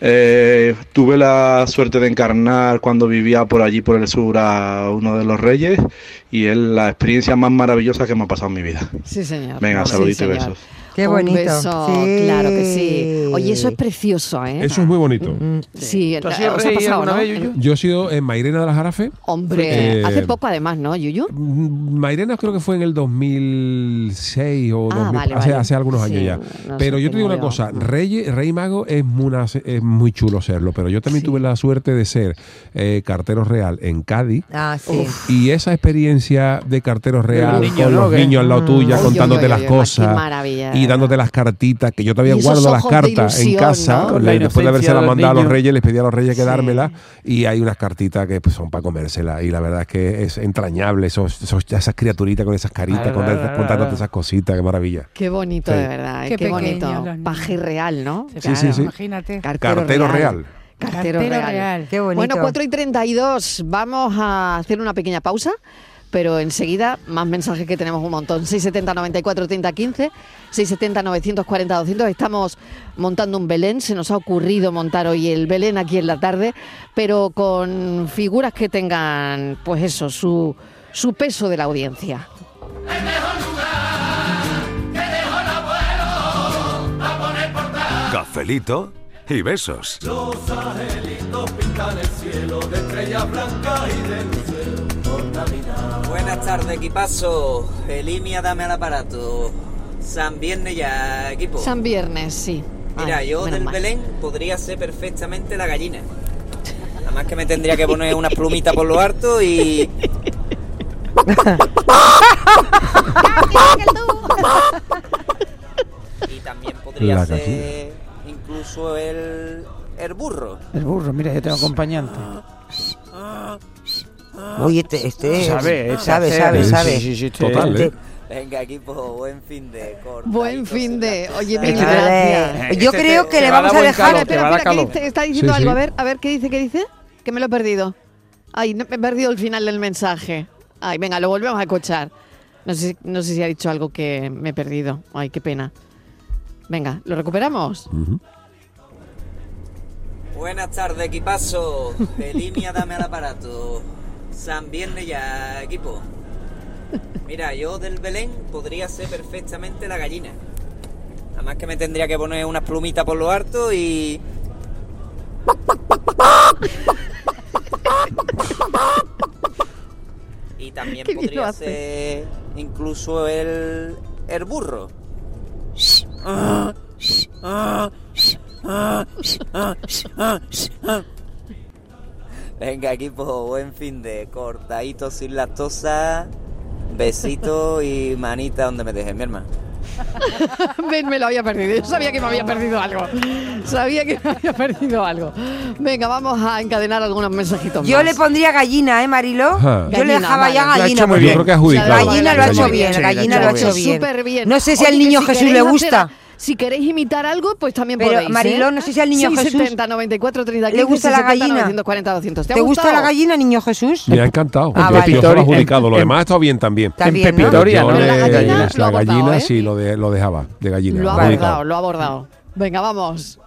Speaker 16: eh, tuve la suerte de encarnar cuando vivía por allí, por el sur, a uno de los reyes y es la experiencia más maravillosa que me ha pasado en mi vida.
Speaker 1: Sí, señor.
Speaker 16: Venga,
Speaker 1: Sí,
Speaker 16: saludito y
Speaker 1: señor.
Speaker 16: besos.
Speaker 6: Qué
Speaker 1: Un
Speaker 6: bonito.
Speaker 1: beso, claro que sí. Oye, eso es precioso, ¿eh?
Speaker 3: Eso es muy bonito.
Speaker 6: Mm.
Speaker 1: Sí,
Speaker 4: ¿Tú has
Speaker 1: eh,
Speaker 4: sido
Speaker 1: os ha
Speaker 4: rey
Speaker 1: pasado,
Speaker 4: alguna
Speaker 1: ¿no?
Speaker 4: vez, Yuyu?
Speaker 3: Yo he sido en Mairena de la Jarafe.
Speaker 1: Hombre,
Speaker 3: Eh,
Speaker 1: hace poco además, ¿no, Yuyu?
Speaker 3: Mm, Mairena creo que fue en el 2006 o
Speaker 1: Ah,
Speaker 3: 2000,
Speaker 1: vale,
Speaker 3: hace,
Speaker 1: vale.
Speaker 3: hace algunos años
Speaker 1: Sí,
Speaker 3: ya.
Speaker 1: no sé Mm.
Speaker 3: pero yo
Speaker 1: qué
Speaker 3: te digo una
Speaker 1: movió.
Speaker 3: cosa, rey, rey mago es muy, una- es muy chulo serlo, pero yo también tuve la suerte de ser eh, cartero real en Cádiz.
Speaker 6: Ah, sí.
Speaker 3: Y esa experiencia de cartero real
Speaker 4: niños,
Speaker 3: con
Speaker 4: ¿no?
Speaker 3: los
Speaker 4: ¿Qué?
Speaker 3: niños al lado tuya,
Speaker 1: Uy,
Speaker 3: contándote
Speaker 1: uy, uy,
Speaker 3: las
Speaker 1: uy, qué
Speaker 3: cosas
Speaker 1: maravilla,
Speaker 3: y
Speaker 1: de
Speaker 3: dándote las cartitas, que yo todavía
Speaker 1: Y esos
Speaker 3: guardo las
Speaker 1: ojos de
Speaker 3: cartas en
Speaker 1: ilusión,
Speaker 3: casa,
Speaker 1: ¿no?
Speaker 4: Con la
Speaker 3: le- después de haberse
Speaker 4: inocencia
Speaker 3: las
Speaker 4: de los
Speaker 3: mandado a los
Speaker 4: niños.
Speaker 3: reyes, les pedí a los reyes que
Speaker 1: Sí.
Speaker 3: dármelas y hay unas cartitas que pues, son para comérselas y la verdad es que es entrañable, esos, esos- esas criaturitas con esas caritas,
Speaker 4: Ah,
Speaker 3: con-
Speaker 4: ah, ah,
Speaker 3: contándote
Speaker 4: ah.
Speaker 3: esas cositas, qué maravilla.
Speaker 1: Qué bonito,
Speaker 3: Sí.
Speaker 1: de verdad. ¿eh? Qué,
Speaker 5: Qué pequeños
Speaker 1: bonito.
Speaker 5: los niños.
Speaker 1: Paje real, ¿no?
Speaker 3: Sí, sí, sí.
Speaker 5: Imagínate.
Speaker 3: Cartero real.
Speaker 1: Cartero,
Speaker 5: Cartero
Speaker 1: real.
Speaker 5: real.
Speaker 6: Qué bonito.
Speaker 1: Bueno, 4 y 32. Vamos a hacer una pequeña pausa, pero enseguida más mensajes que tenemos un montón. 670 94 30 15, 670 940 200. Estamos montando un Belén. Se nos ha ocurrido montar hoy el Belén aquí en la tarde, pero con figuras que tengan, pues eso, su, su peso de la audiencia.
Speaker 17: Cafelito y besos.
Speaker 18: Buenas tardes, equipazo. Elimia, dame al aparato. San Viernes ya, equipo.
Speaker 1: San Viernes, sí.
Speaker 18: Mira,
Speaker 1: Ay,
Speaker 18: yo
Speaker 1: menos
Speaker 18: del
Speaker 1: mal.
Speaker 18: Belén podría ser perfectamente la gallina. Nada más que me tendría que poner unas plumitas por lo harto y. y también podría
Speaker 3: La
Speaker 18: ser incluso el, el burro.
Speaker 4: El burro, mira, yo tengo acompañante.
Speaker 6: Oye, este, este
Speaker 4: Sabe,
Speaker 6: sabe,
Speaker 4: sabe,
Speaker 6: sabe,
Speaker 4: sí,
Speaker 6: este, sabe.
Speaker 4: eh, sí, sí, sí,
Speaker 3: Total,
Speaker 6: Te-
Speaker 3: ¿eh?
Speaker 18: Venga, equipo, buen fin de corta.
Speaker 1: Buen fin de. Oye, mil
Speaker 18: Vale.
Speaker 1: gracias.
Speaker 18: Yo Este creo te- que te le va a vamos dar a buen dejar- calor, te va a
Speaker 1: Espera,
Speaker 18: dar
Speaker 1: espera, que
Speaker 18: calor.
Speaker 1: dice- está diciendo
Speaker 18: Sí,
Speaker 1: algo. A
Speaker 18: sí.
Speaker 1: ver, a ver, ¿qué dice? ¿Qué dice? Que me lo he perdido. Ay, no, me he perdido el final del mensaje. Ay, venga, lo volvemos a escuchar. No sé, no sé si ha dicho algo que me he perdido. Ay, qué pena. Venga, ¿lo recuperamos?
Speaker 18: Buenas tardes, equipazo. De línea, dame al aparato. San Viernes ya, equipo. Mira, yo del Belén podría ser perfectamente la gallina. Nada más que me tendría que poner unas plumitas por lo harto y. Y también
Speaker 15: Qué bien lo
Speaker 18: podría
Speaker 15: hace.
Speaker 18: ser incluso el. el burro. Ah,
Speaker 3: Ah,
Speaker 18: Venga, equipo, buen fin de cortadito sin lactosa. Besito y manita donde me dejes, mi hermano.
Speaker 1: Ven, me lo había perdido. Yo sabía que me había perdido algo. Sabía que me había perdido algo. Venga, vamos a encadenar algunos mensajitos
Speaker 6: Yo
Speaker 1: más.
Speaker 6: le pondría gallina, ¿eh, Marilo?
Speaker 3: Ajá.
Speaker 6: Yo le
Speaker 1: Gallina,
Speaker 6: dejaba
Speaker 1: vale.
Speaker 6: ya
Speaker 1: Lo
Speaker 3: ha
Speaker 6: gallina.
Speaker 3: hecho muy bien. Yo creo que ha adjudicado.
Speaker 6: Gallina lo ha hecho
Speaker 3: Gallina.
Speaker 6: bien,
Speaker 3: Sí,
Speaker 6: gallina lo ha hecho bien.
Speaker 1: Superbién.
Speaker 6: No sé si al
Speaker 1: Oye, que
Speaker 6: niño
Speaker 1: si
Speaker 6: Jesús le
Speaker 1: queréis
Speaker 6: gusta.
Speaker 1: hacer- si queréis imitar algo, pues también
Speaker 6: Pero,
Speaker 1: podéis. ¿eh?
Speaker 6: Mariló, no sé si al niño
Speaker 1: 670, 94, 30,
Speaker 6: ¿Le gusta la
Speaker 1: 670,
Speaker 6: gallina?
Speaker 1: 940, 200. ¿Te, ha
Speaker 6: ¿Te gusta la
Speaker 1: gustado?
Speaker 6: gallina, niño Jesús?
Speaker 3: Me ha encantado.
Speaker 6: Ah,
Speaker 3: yo,
Speaker 6: vale.
Speaker 3: yo solo
Speaker 6: En-
Speaker 3: adjudicado. Lo
Speaker 6: en-
Speaker 3: dembién está bien también.
Speaker 6: También,
Speaker 3: Pero
Speaker 6: Pepitoria,
Speaker 3: yo
Speaker 6: ¿no?
Speaker 3: le-
Speaker 6: Pero la gallina
Speaker 3: la
Speaker 1: lo ha
Speaker 3: gallina
Speaker 1: botado, ¿eh?
Speaker 3: sí lo, de- lo dejaba, de gallina.
Speaker 1: Lo ha
Speaker 3: adjudicado.
Speaker 1: abordado, lo ha abordado. Venga, vamos.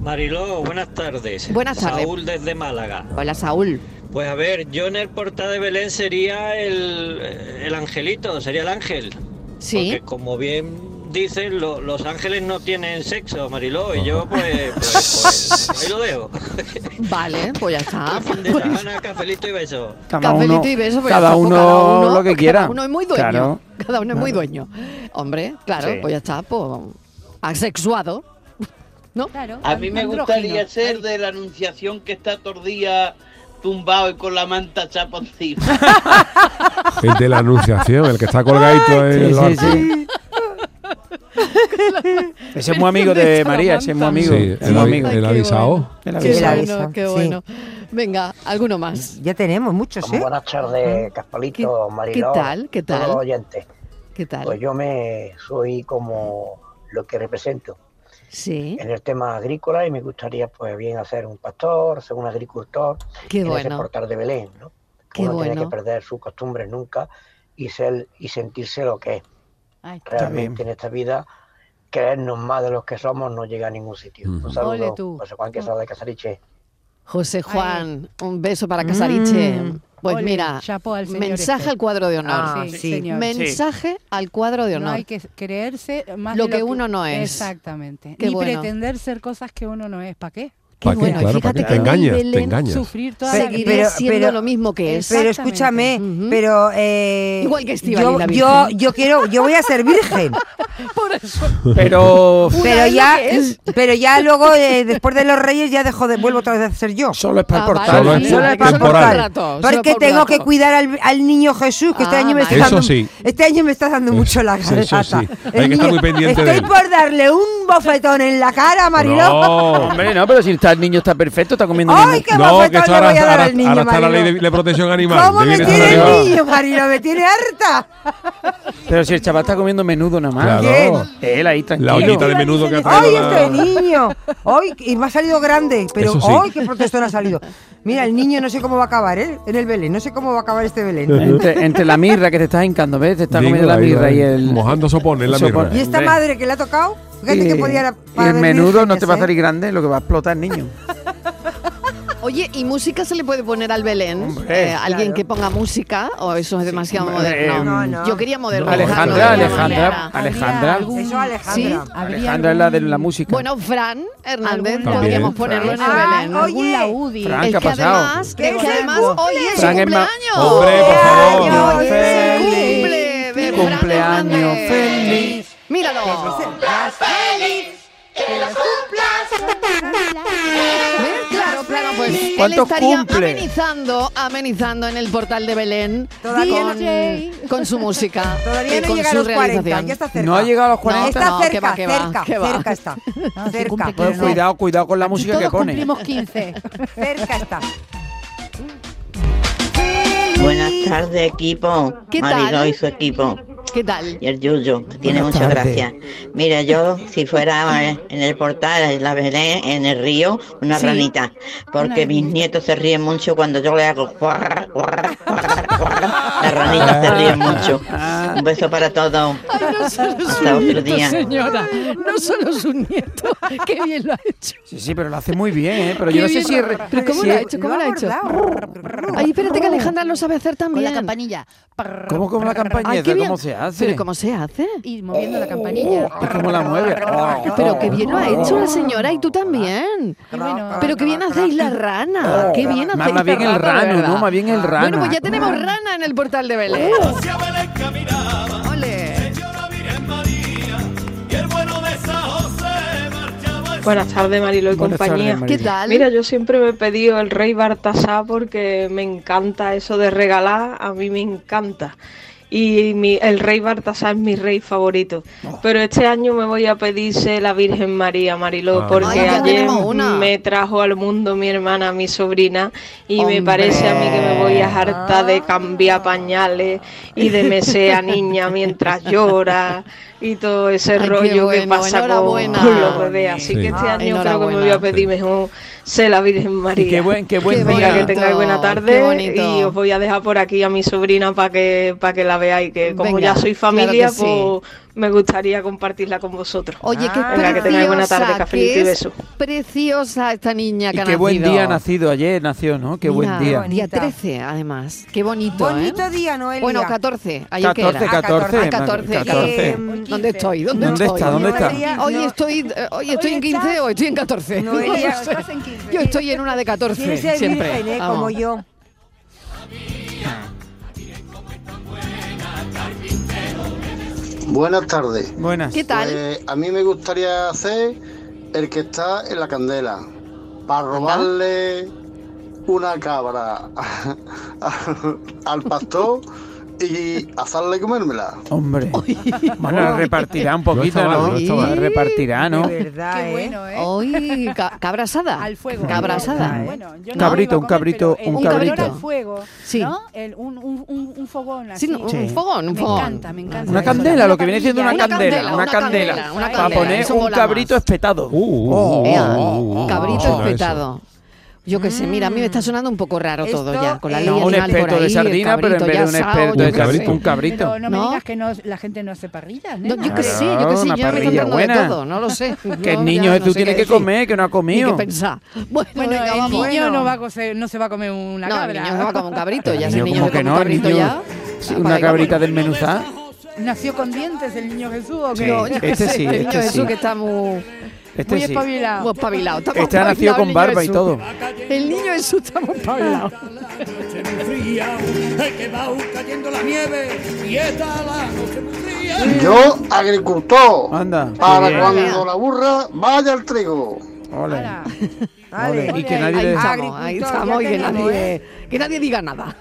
Speaker 19: Mariló, buenas tardes.
Speaker 1: Buenas tardes.
Speaker 19: Saúl desde Málaga.
Speaker 1: Hola, Saúl.
Speaker 19: Pues a ver, yo en el portal de Belén sería el, el angelito, sería el ángel.
Speaker 1: Sí.
Speaker 19: Porque como bien dicen, lo- los ángeles no tienen sexo, Mariló, y yo pues, pues- pues ahí lo dejo.
Speaker 1: Vale, pues ya está.
Speaker 19: Fin de semana, cafelito y beso.
Speaker 1: Cafelito y beso, pues ya
Speaker 4: cada
Speaker 1: está, pues
Speaker 4: uno lo que quiera.
Speaker 1: Cada uno es muy dueño.
Speaker 4: Claro.
Speaker 1: Cada uno es muy dueño. Hombre, claro,
Speaker 4: Sí.
Speaker 1: pues ya está, pues asexuado. ¿No?
Speaker 20: A mí me gustaría ser de la anunciación que está tordía tumbado y con la manta chapa encima.
Speaker 3: El de la anunciación, el que está colgadito en el
Speaker 4: sí, sí,
Speaker 3: barco.
Speaker 4: sí.
Speaker 3: ah.
Speaker 4: Ese es muy amigo de María, ese es muy amigo.
Speaker 3: Sí,
Speaker 4: es
Speaker 3: el
Speaker 4: muy
Speaker 3: avi-
Speaker 4: amigo.
Speaker 3: el avisao. El
Speaker 1: Qué
Speaker 3: avisao.
Speaker 1: bueno, qué
Speaker 6: sí.
Speaker 1: bueno. Venga, alguno más.
Speaker 6: Ya tenemos muchos, ¿eh?
Speaker 21: Buenas tardes, Caspalito, Mariló.
Speaker 1: qué tal? ¿Qué
Speaker 21: todos
Speaker 1: tal?
Speaker 21: los oyentes.
Speaker 1: ¿Qué tal?
Speaker 21: Pues yo me soy como lo que represento
Speaker 1: Sí.
Speaker 21: en el tema agrícola y me gustaría, pues bien, hacer un pastor, ser un agricultor
Speaker 1: Qué
Speaker 21: en ese
Speaker 1: bueno.
Speaker 21: portal de Belén, ¿no?
Speaker 1: Qué
Speaker 21: Uno tiene
Speaker 1: bueno.
Speaker 21: que perder sus costumbres nunca y ser y sentirse lo que es.
Speaker 1: está.
Speaker 21: Realmente en esta vida creernos más de los que somos no llega a ningún sitio. Un
Speaker 1: Ole
Speaker 21: saludo,
Speaker 1: tú.
Speaker 21: José Juan Quesada de Casariche.
Speaker 1: José Juan, un beso para Casariche.
Speaker 21: Mm.
Speaker 1: Pues
Speaker 5: Ole,
Speaker 1: mira,
Speaker 5: chapó al señor
Speaker 1: mensaje
Speaker 5: este.
Speaker 1: al cuadro de honor.
Speaker 5: Ah, Sí, sí. señor.
Speaker 1: Mensaje al cuadro de honor.
Speaker 5: No hay que creerse más
Speaker 1: Lo
Speaker 5: de
Speaker 1: que uno no es.
Speaker 5: Exactamente.
Speaker 1: Qué
Speaker 5: Ni
Speaker 1: bueno.
Speaker 5: pretender ser cosas que uno no es. ¿Para qué?
Speaker 3: Qué ¿Pa' qué? bueno, y Claro, ¿pa' fíjate qué? Te que engañas, en te Belén engañas.
Speaker 5: Sufrir toda
Speaker 6: Pe-
Speaker 5: la vida.
Speaker 1: mismo que
Speaker 5: es.
Speaker 6: Pero
Speaker 5: Exactamente.
Speaker 6: escúchame, pero. eh,
Speaker 1: Igual que Estíbaliz,
Speaker 6: yo,
Speaker 1: la
Speaker 6: yo,
Speaker 1: Virgen.
Speaker 6: yo quiero, yo voy a ser virgen.
Speaker 4: Pero.
Speaker 6: pero ya, pero ya luego, eh, después de los reyes, ya dejo de, vuelvo otra vez a ser yo.
Speaker 4: Solo es para el
Speaker 6: Ah, vale,
Speaker 4: portal.
Speaker 3: Solo es
Speaker 6: Solo es para el
Speaker 3: temporal.
Speaker 6: portal.
Speaker 3: Solo
Speaker 6: Porque
Speaker 1: para un
Speaker 6: tengo
Speaker 1: rato.
Speaker 6: que cuidar al, al niño Jesús, que este
Speaker 1: Ah,
Speaker 6: año me está
Speaker 1: vale.
Speaker 6: dando,
Speaker 3: Eso sí.
Speaker 6: este año me está dando mucho la
Speaker 3: Eso sí.
Speaker 6: garganta.
Speaker 3: Hay que estar muy pendiente de
Speaker 6: Estoy
Speaker 3: él.
Speaker 6: por darle un bofetón en la cara, Mariló.
Speaker 4: hombre, no, pero si está, el niño está perfecto, está comiendo bien.
Speaker 6: ¡Ay, qué No, bofetón que esto le ahora- voy a dar ahora- al niño,
Speaker 3: Ahora está la
Speaker 6: Mariló.
Speaker 3: ley de, de protección animal.
Speaker 6: ¿Cómo
Speaker 3: de
Speaker 6: me
Speaker 3: bienestar
Speaker 6: tiene
Speaker 3: animal.
Speaker 6: el niño, Mariló? Me tiene harta.
Speaker 4: Pero si el chaval está comiendo menudo nada más.
Speaker 3: Claro.
Speaker 4: Él ahí tranquilo.
Speaker 3: La ollita de menudo que ha
Speaker 6: ¡Ay,
Speaker 3: traído.
Speaker 6: este
Speaker 3: la-
Speaker 6: niño! ¡Ay, y me ha salido grande! Pero
Speaker 3: Eso sí.
Speaker 6: ¡ay, qué protestón ha salido! Mira, el niño no sé cómo va a acabar, ¿eh? En el Belén, no sé cómo va a acabar este Belén.
Speaker 4: Entre, entre la mirra que te estás hincando, ¿ves? Te está
Speaker 3: Digo,
Speaker 4: comiendo la
Speaker 3: ahí
Speaker 4: mirra
Speaker 3: va,
Speaker 4: y el.
Speaker 3: Mojando sopón en la
Speaker 4: Sopón.
Speaker 3: mirra.
Speaker 6: Y esta
Speaker 4: Hombre.
Speaker 6: madre que le ha tocado, fíjate
Speaker 4: Y-
Speaker 6: que podía... la-
Speaker 4: y
Speaker 6: para
Speaker 4: el
Speaker 6: ver
Speaker 4: menudo no
Speaker 6: vírgenes,
Speaker 4: te va a
Speaker 6: ¿eh?
Speaker 4: salir grande, lo que va a explotar, niño.
Speaker 1: Oye, ¿y música se le puede poner al Belén? Eh, Alguien que ponga música o eso es demasiado
Speaker 4: hombre,
Speaker 1: moderno.
Speaker 4: eh, No, no.
Speaker 1: Yo quería modernizarlo. de
Speaker 4: Alejandra,
Speaker 1: alguna
Speaker 4: Alejandra,
Speaker 1: manera.
Speaker 4: Alejandra.
Speaker 6: Eso Alejandra.
Speaker 4: Alejandra es la de la música.
Speaker 1: Bueno, Fran Hernández,
Speaker 4: También,
Speaker 1: podríamos ponerlo en el
Speaker 6: Fran.
Speaker 1: Belén.
Speaker 6: Ah, oye.
Speaker 4: Fran,
Speaker 1: es
Speaker 4: ¿qué ha
Speaker 1: que
Speaker 4: pasado?
Speaker 1: además,
Speaker 6: Qué
Speaker 1: es que además
Speaker 6: guapo.
Speaker 1: hoy es su
Speaker 4: Fran es ma-
Speaker 1: cumpleaños.
Speaker 4: Hombre, por favor.
Speaker 1: Cumpleaños
Speaker 4: Feliz
Speaker 1: cumple de Fran
Speaker 4: cumpleaños
Speaker 1: Hernández.
Speaker 4: feliz.
Speaker 1: Míralo.
Speaker 9: feliz! ¡Que los cumplas!
Speaker 1: ¿Ves? Claro, claro, pues él
Speaker 4: ¿Cuántos
Speaker 1: estaría
Speaker 4: cumple?
Speaker 1: amenizando, amenizando en el portal de Belén
Speaker 6: Todavía
Speaker 1: con,
Speaker 6: no-
Speaker 1: con su música.
Speaker 6: Todavía
Speaker 1: y
Speaker 6: no
Speaker 1: con
Speaker 6: llega a
Speaker 1: su
Speaker 6: los 40,
Speaker 1: realización.
Speaker 6: ya está cerca.
Speaker 4: No ha llegado a los 40.
Speaker 6: Está
Speaker 1: no,
Speaker 6: cerca,
Speaker 1: que va, que va,
Speaker 6: cerca,
Speaker 1: que va.
Speaker 6: cerca está. cerca.
Speaker 4: Pues cuidado, cuidado con la música que pone.
Speaker 6: cumplimos 15. cerca está.
Speaker 9: ¡Feliz
Speaker 15: Buenas tardes, equipo.
Speaker 1: ¿Qué
Speaker 15: Mariló
Speaker 1: tal?
Speaker 15: y su equipo.
Speaker 1: ¿Qué tal?
Speaker 15: Y el Yuyu, que tiene
Speaker 1: Buenas
Speaker 15: muchas
Speaker 1: tardes.
Speaker 15: gracias. Mira, yo si fuera eh, en el portal, en la Belén, en el río, una
Speaker 1: Sí.
Speaker 15: ranita. Porque
Speaker 1: Una
Speaker 15: mis nietos se ríen mucho cuando yo le hago. cuarra, cuarra, cuarra, cuarra. Las ranitas se ríen mucho. Un beso para todos.
Speaker 1: Ay, no solo es
Speaker 15: Hasta
Speaker 1: un
Speaker 15: otro
Speaker 1: nieto,
Speaker 15: día.
Speaker 1: señora. No solo es un nieto. Qué bien lo ha hecho.
Speaker 4: Sí, sí, pero lo hace muy bien, ¿eh? Pero yo no
Speaker 1: Qué
Speaker 4: sé
Speaker 1: bien.
Speaker 4: si... es re-
Speaker 1: ¿Pero cómo
Speaker 4: si
Speaker 1: lo ha
Speaker 4: es-
Speaker 1: hecho? ¿Cómo lo ha hecho? Ay, espérate que Alejandra lo sabe hacer también. Con la campanilla.
Speaker 4: ¿Cómo con la
Speaker 1: Ay,
Speaker 4: campañeta?
Speaker 1: qué bien.
Speaker 4: ¿Cómo se hace?
Speaker 1: ¿Pero cómo se hace?
Speaker 5: Y moviendo la campanilla.
Speaker 4: ¿Y ¿Cómo la mueve?
Speaker 6: Oh.
Speaker 1: Pero qué bien lo ha hecho la señora y tú también. Pero qué bien hacéis la
Speaker 6: Oh.
Speaker 1: rana. Qué bien
Speaker 4: Más,
Speaker 1: hacéis
Speaker 4: más bien
Speaker 1: la
Speaker 4: el
Speaker 1: rana, de
Speaker 4: rano,
Speaker 1: verdad.
Speaker 4: ¿no? Más bien el rano.
Speaker 1: Bueno, pues ya tenemos rana en el portal de Belén.
Speaker 6: Oh.
Speaker 1: Ole.
Speaker 22: Buenas tardes, Marilo y
Speaker 1: Buenas
Speaker 22: compañía.
Speaker 1: tardes, Marilo. ¿Qué tal?
Speaker 22: Mira, yo siempre me he pedido el rey Bartasá porque me encanta eso de regalar, a mí me encanta. Y mi- el rey Bartasá es mi rey favorito.
Speaker 1: Oh.
Speaker 22: Pero este año me voy a pedirse la Virgen María, Mariló,
Speaker 1: Ah.
Speaker 22: porque
Speaker 1: Ay, ya
Speaker 22: ayer
Speaker 1: tenemos una.
Speaker 22: me trajo al mundo mi hermana, mi sobrina, y me parece a mí que me voy a hartar de cambiar pañales y de meser a niña mientras llora y todo ese
Speaker 1: qué
Speaker 22: rollo que
Speaker 1: bueno,
Speaker 22: pasa con,
Speaker 1: enhorabuena.
Speaker 22: con los bebés. Así
Speaker 1: Sí.
Speaker 22: que este
Speaker 1: Ah,
Speaker 22: año creo que me voy
Speaker 1: enhorabuena.
Speaker 22: a pedir mejor ser la Virgen María.
Speaker 4: Y qué buen- qué buen
Speaker 22: Venga,
Speaker 4: día.
Speaker 22: que tengáis buena
Speaker 1: qué
Speaker 22: tarde
Speaker 1: bonito.
Speaker 22: y os voy a dejar por aquí a mi sobrina para que, para que la veáis, que como
Speaker 1: Venga,
Speaker 22: ya soy
Speaker 1: claro que
Speaker 22: familia,
Speaker 1: sí.
Speaker 22: pues me gustaría compartirla con vosotros.
Speaker 1: Oye, qué
Speaker 22: Venga, que tengáis buena tarde,
Speaker 1: preciosa,
Speaker 22: cafelito
Speaker 1: que
Speaker 22: y
Speaker 1: es
Speaker 22: besos.
Speaker 1: preciosa esta niña que
Speaker 4: Y
Speaker 1: ha
Speaker 4: qué buen
Speaker 1: nacido.
Speaker 4: día ha nacido ayer, nació, ¿no? Qué buen
Speaker 1: Mira,
Speaker 4: día.
Speaker 1: Día 13, además. Qué bonito, ¿eh?
Speaker 6: Bonito día, Noelia.
Speaker 1: Bueno, 14. Ayer que
Speaker 4: 14,
Speaker 1: era.
Speaker 4: 14,
Speaker 1: Ah, 14.
Speaker 4: Mar- 14.
Speaker 1: Eh, ¿Dónde estoy? ¿Dónde,
Speaker 4: ¿Dónde
Speaker 1: estoy?
Speaker 4: está? ¿Dónde está?
Speaker 1: Hoy estoy, eh, hoy estoy en 15 o estoy en 14.
Speaker 6: Noelia,
Speaker 1: No sé. Yo estoy en una de 14
Speaker 6: Quieres ser
Speaker 1: siempre.
Speaker 6: virgen, ¿eh?
Speaker 1: Vamos.
Speaker 6: Como yo.
Speaker 23: Buenas tardes.
Speaker 4: Buenas.
Speaker 1: ¿Qué tal?
Speaker 23: Pues, a mí me gustaría hacer el que está en la candela para robarle una cabra al, al pastor y hacerle comérmela.
Speaker 4: Hombre. Bueno, repartirá un poquito,
Speaker 23: mal,
Speaker 4: ¿no?
Speaker 23: no está mal.
Speaker 4: Repartirá, ¿no?
Speaker 6: verdad,
Speaker 5: Qué bueno, ¿eh?
Speaker 1: Hoy, ca- cabra asada. Al fuego. Cabra
Speaker 6: ¿eh?
Speaker 1: asada.
Speaker 5: Bueno, yo no
Speaker 4: Cabrito,
Speaker 5: iba a
Speaker 4: un
Speaker 5: comer,
Speaker 4: cabrito,
Speaker 5: pero el
Speaker 4: un
Speaker 5: calor
Speaker 4: cabrito.
Speaker 5: al fuego,
Speaker 1: Sí.
Speaker 5: ¿no? El- un, un- un- un fogón así.
Speaker 1: Sí, no, un Sí. fogón, un
Speaker 5: me
Speaker 1: fogón.
Speaker 5: encanta, me encanta.
Speaker 4: Una
Speaker 5: Eso,
Speaker 4: candela, lo que viene siendo una,
Speaker 5: parrilla.
Speaker 4: candela, una candela.
Speaker 1: una
Speaker 4: Para
Speaker 1: candela,
Speaker 4: poner
Speaker 1: eso
Speaker 4: un
Speaker 1: mola
Speaker 4: cabrito espetado.
Speaker 1: Ea,
Speaker 4: oh,
Speaker 1: cabrito
Speaker 4: oh, oh.
Speaker 1: espetado. Yo qué sé, mira, a mí me está
Speaker 6: Mm.
Speaker 1: sonando un poco raro todo ya, con la ley
Speaker 4: No, un
Speaker 1: animal por
Speaker 4: espeto
Speaker 1: ahí,
Speaker 4: de
Speaker 1: el
Speaker 4: sardina, pero en
Speaker 1: cabrito
Speaker 4: vez de
Speaker 1: ya
Speaker 4: un espeto
Speaker 1: asado, yo
Speaker 4: de
Speaker 1: qué sé.
Speaker 4: sardina, un cabrito.
Speaker 5: Pero no me
Speaker 1: ¿No?
Speaker 5: digas que no, la gente no hace parrillas,
Speaker 1: No,
Speaker 5: nena.
Speaker 1: yo qué sé, yo qué
Speaker 4: Claro, una
Speaker 1: sé, yo me estoy
Speaker 4: parrilla
Speaker 1: dando de
Speaker 4: buena.
Speaker 1: todo, no lo sé.
Speaker 4: Que
Speaker 1: Yo
Speaker 4: el
Speaker 1: ya
Speaker 4: niño
Speaker 1: no
Speaker 4: Jesús
Speaker 1: sé
Speaker 4: tiene
Speaker 1: qué
Speaker 4: que
Speaker 1: decir.
Speaker 4: comer, que no ha
Speaker 1: Ni
Speaker 4: comido.
Speaker 1: que pensar. Bueno,
Speaker 5: Bueno,
Speaker 1: venga,
Speaker 5: el
Speaker 1: vamos.
Speaker 5: niño no va, a coser- no se va a comer una
Speaker 1: No, el
Speaker 5: cabra.
Speaker 1: niño se va a comer un cabrito, ya
Speaker 4: El
Speaker 1: si el
Speaker 4: niño
Speaker 1: niño
Speaker 4: como
Speaker 1: se
Speaker 4: que
Speaker 1: come
Speaker 4: no,
Speaker 1: un
Speaker 4: el
Speaker 1: cabrito
Speaker 4: niño-
Speaker 1: ya.
Speaker 4: Sí,
Speaker 1: Ah,
Speaker 4: Una
Speaker 1: para que
Speaker 4: cabrita desmenuzada.
Speaker 5: ¿Nació con dientes el niño Jesús o
Speaker 4: Sí,
Speaker 5: qué?
Speaker 1: No, yo qué
Speaker 4: este
Speaker 1: sé,
Speaker 4: sí,
Speaker 1: el
Speaker 4: este
Speaker 1: niño Jesús
Speaker 4: sí.
Speaker 1: que está muy,
Speaker 4: Este
Speaker 1: muy
Speaker 4: sí.
Speaker 1: espabilado. Muy espabilado. está muy
Speaker 4: Este ha nacido
Speaker 1: espabilado
Speaker 4: con
Speaker 1: el niño
Speaker 4: barba y
Speaker 1: Jesús.
Speaker 4: todo.
Speaker 1: El niño Jesús está muy espabilado.
Speaker 23: Yo, agricultor,
Speaker 4: Anda.
Speaker 23: para
Speaker 4: qué bien.
Speaker 23: cuando la burra vaya al trigo.
Speaker 4: Ole.
Speaker 23: Ole.
Speaker 4: Ole. Y que nadie
Speaker 1: ahí
Speaker 4: le...
Speaker 1: estamos, ahí
Speaker 23: Agricultor,
Speaker 1: estamos y
Speaker 23: ya
Speaker 1: que
Speaker 23: tenemos,
Speaker 1: nadie, que nadie diga nada.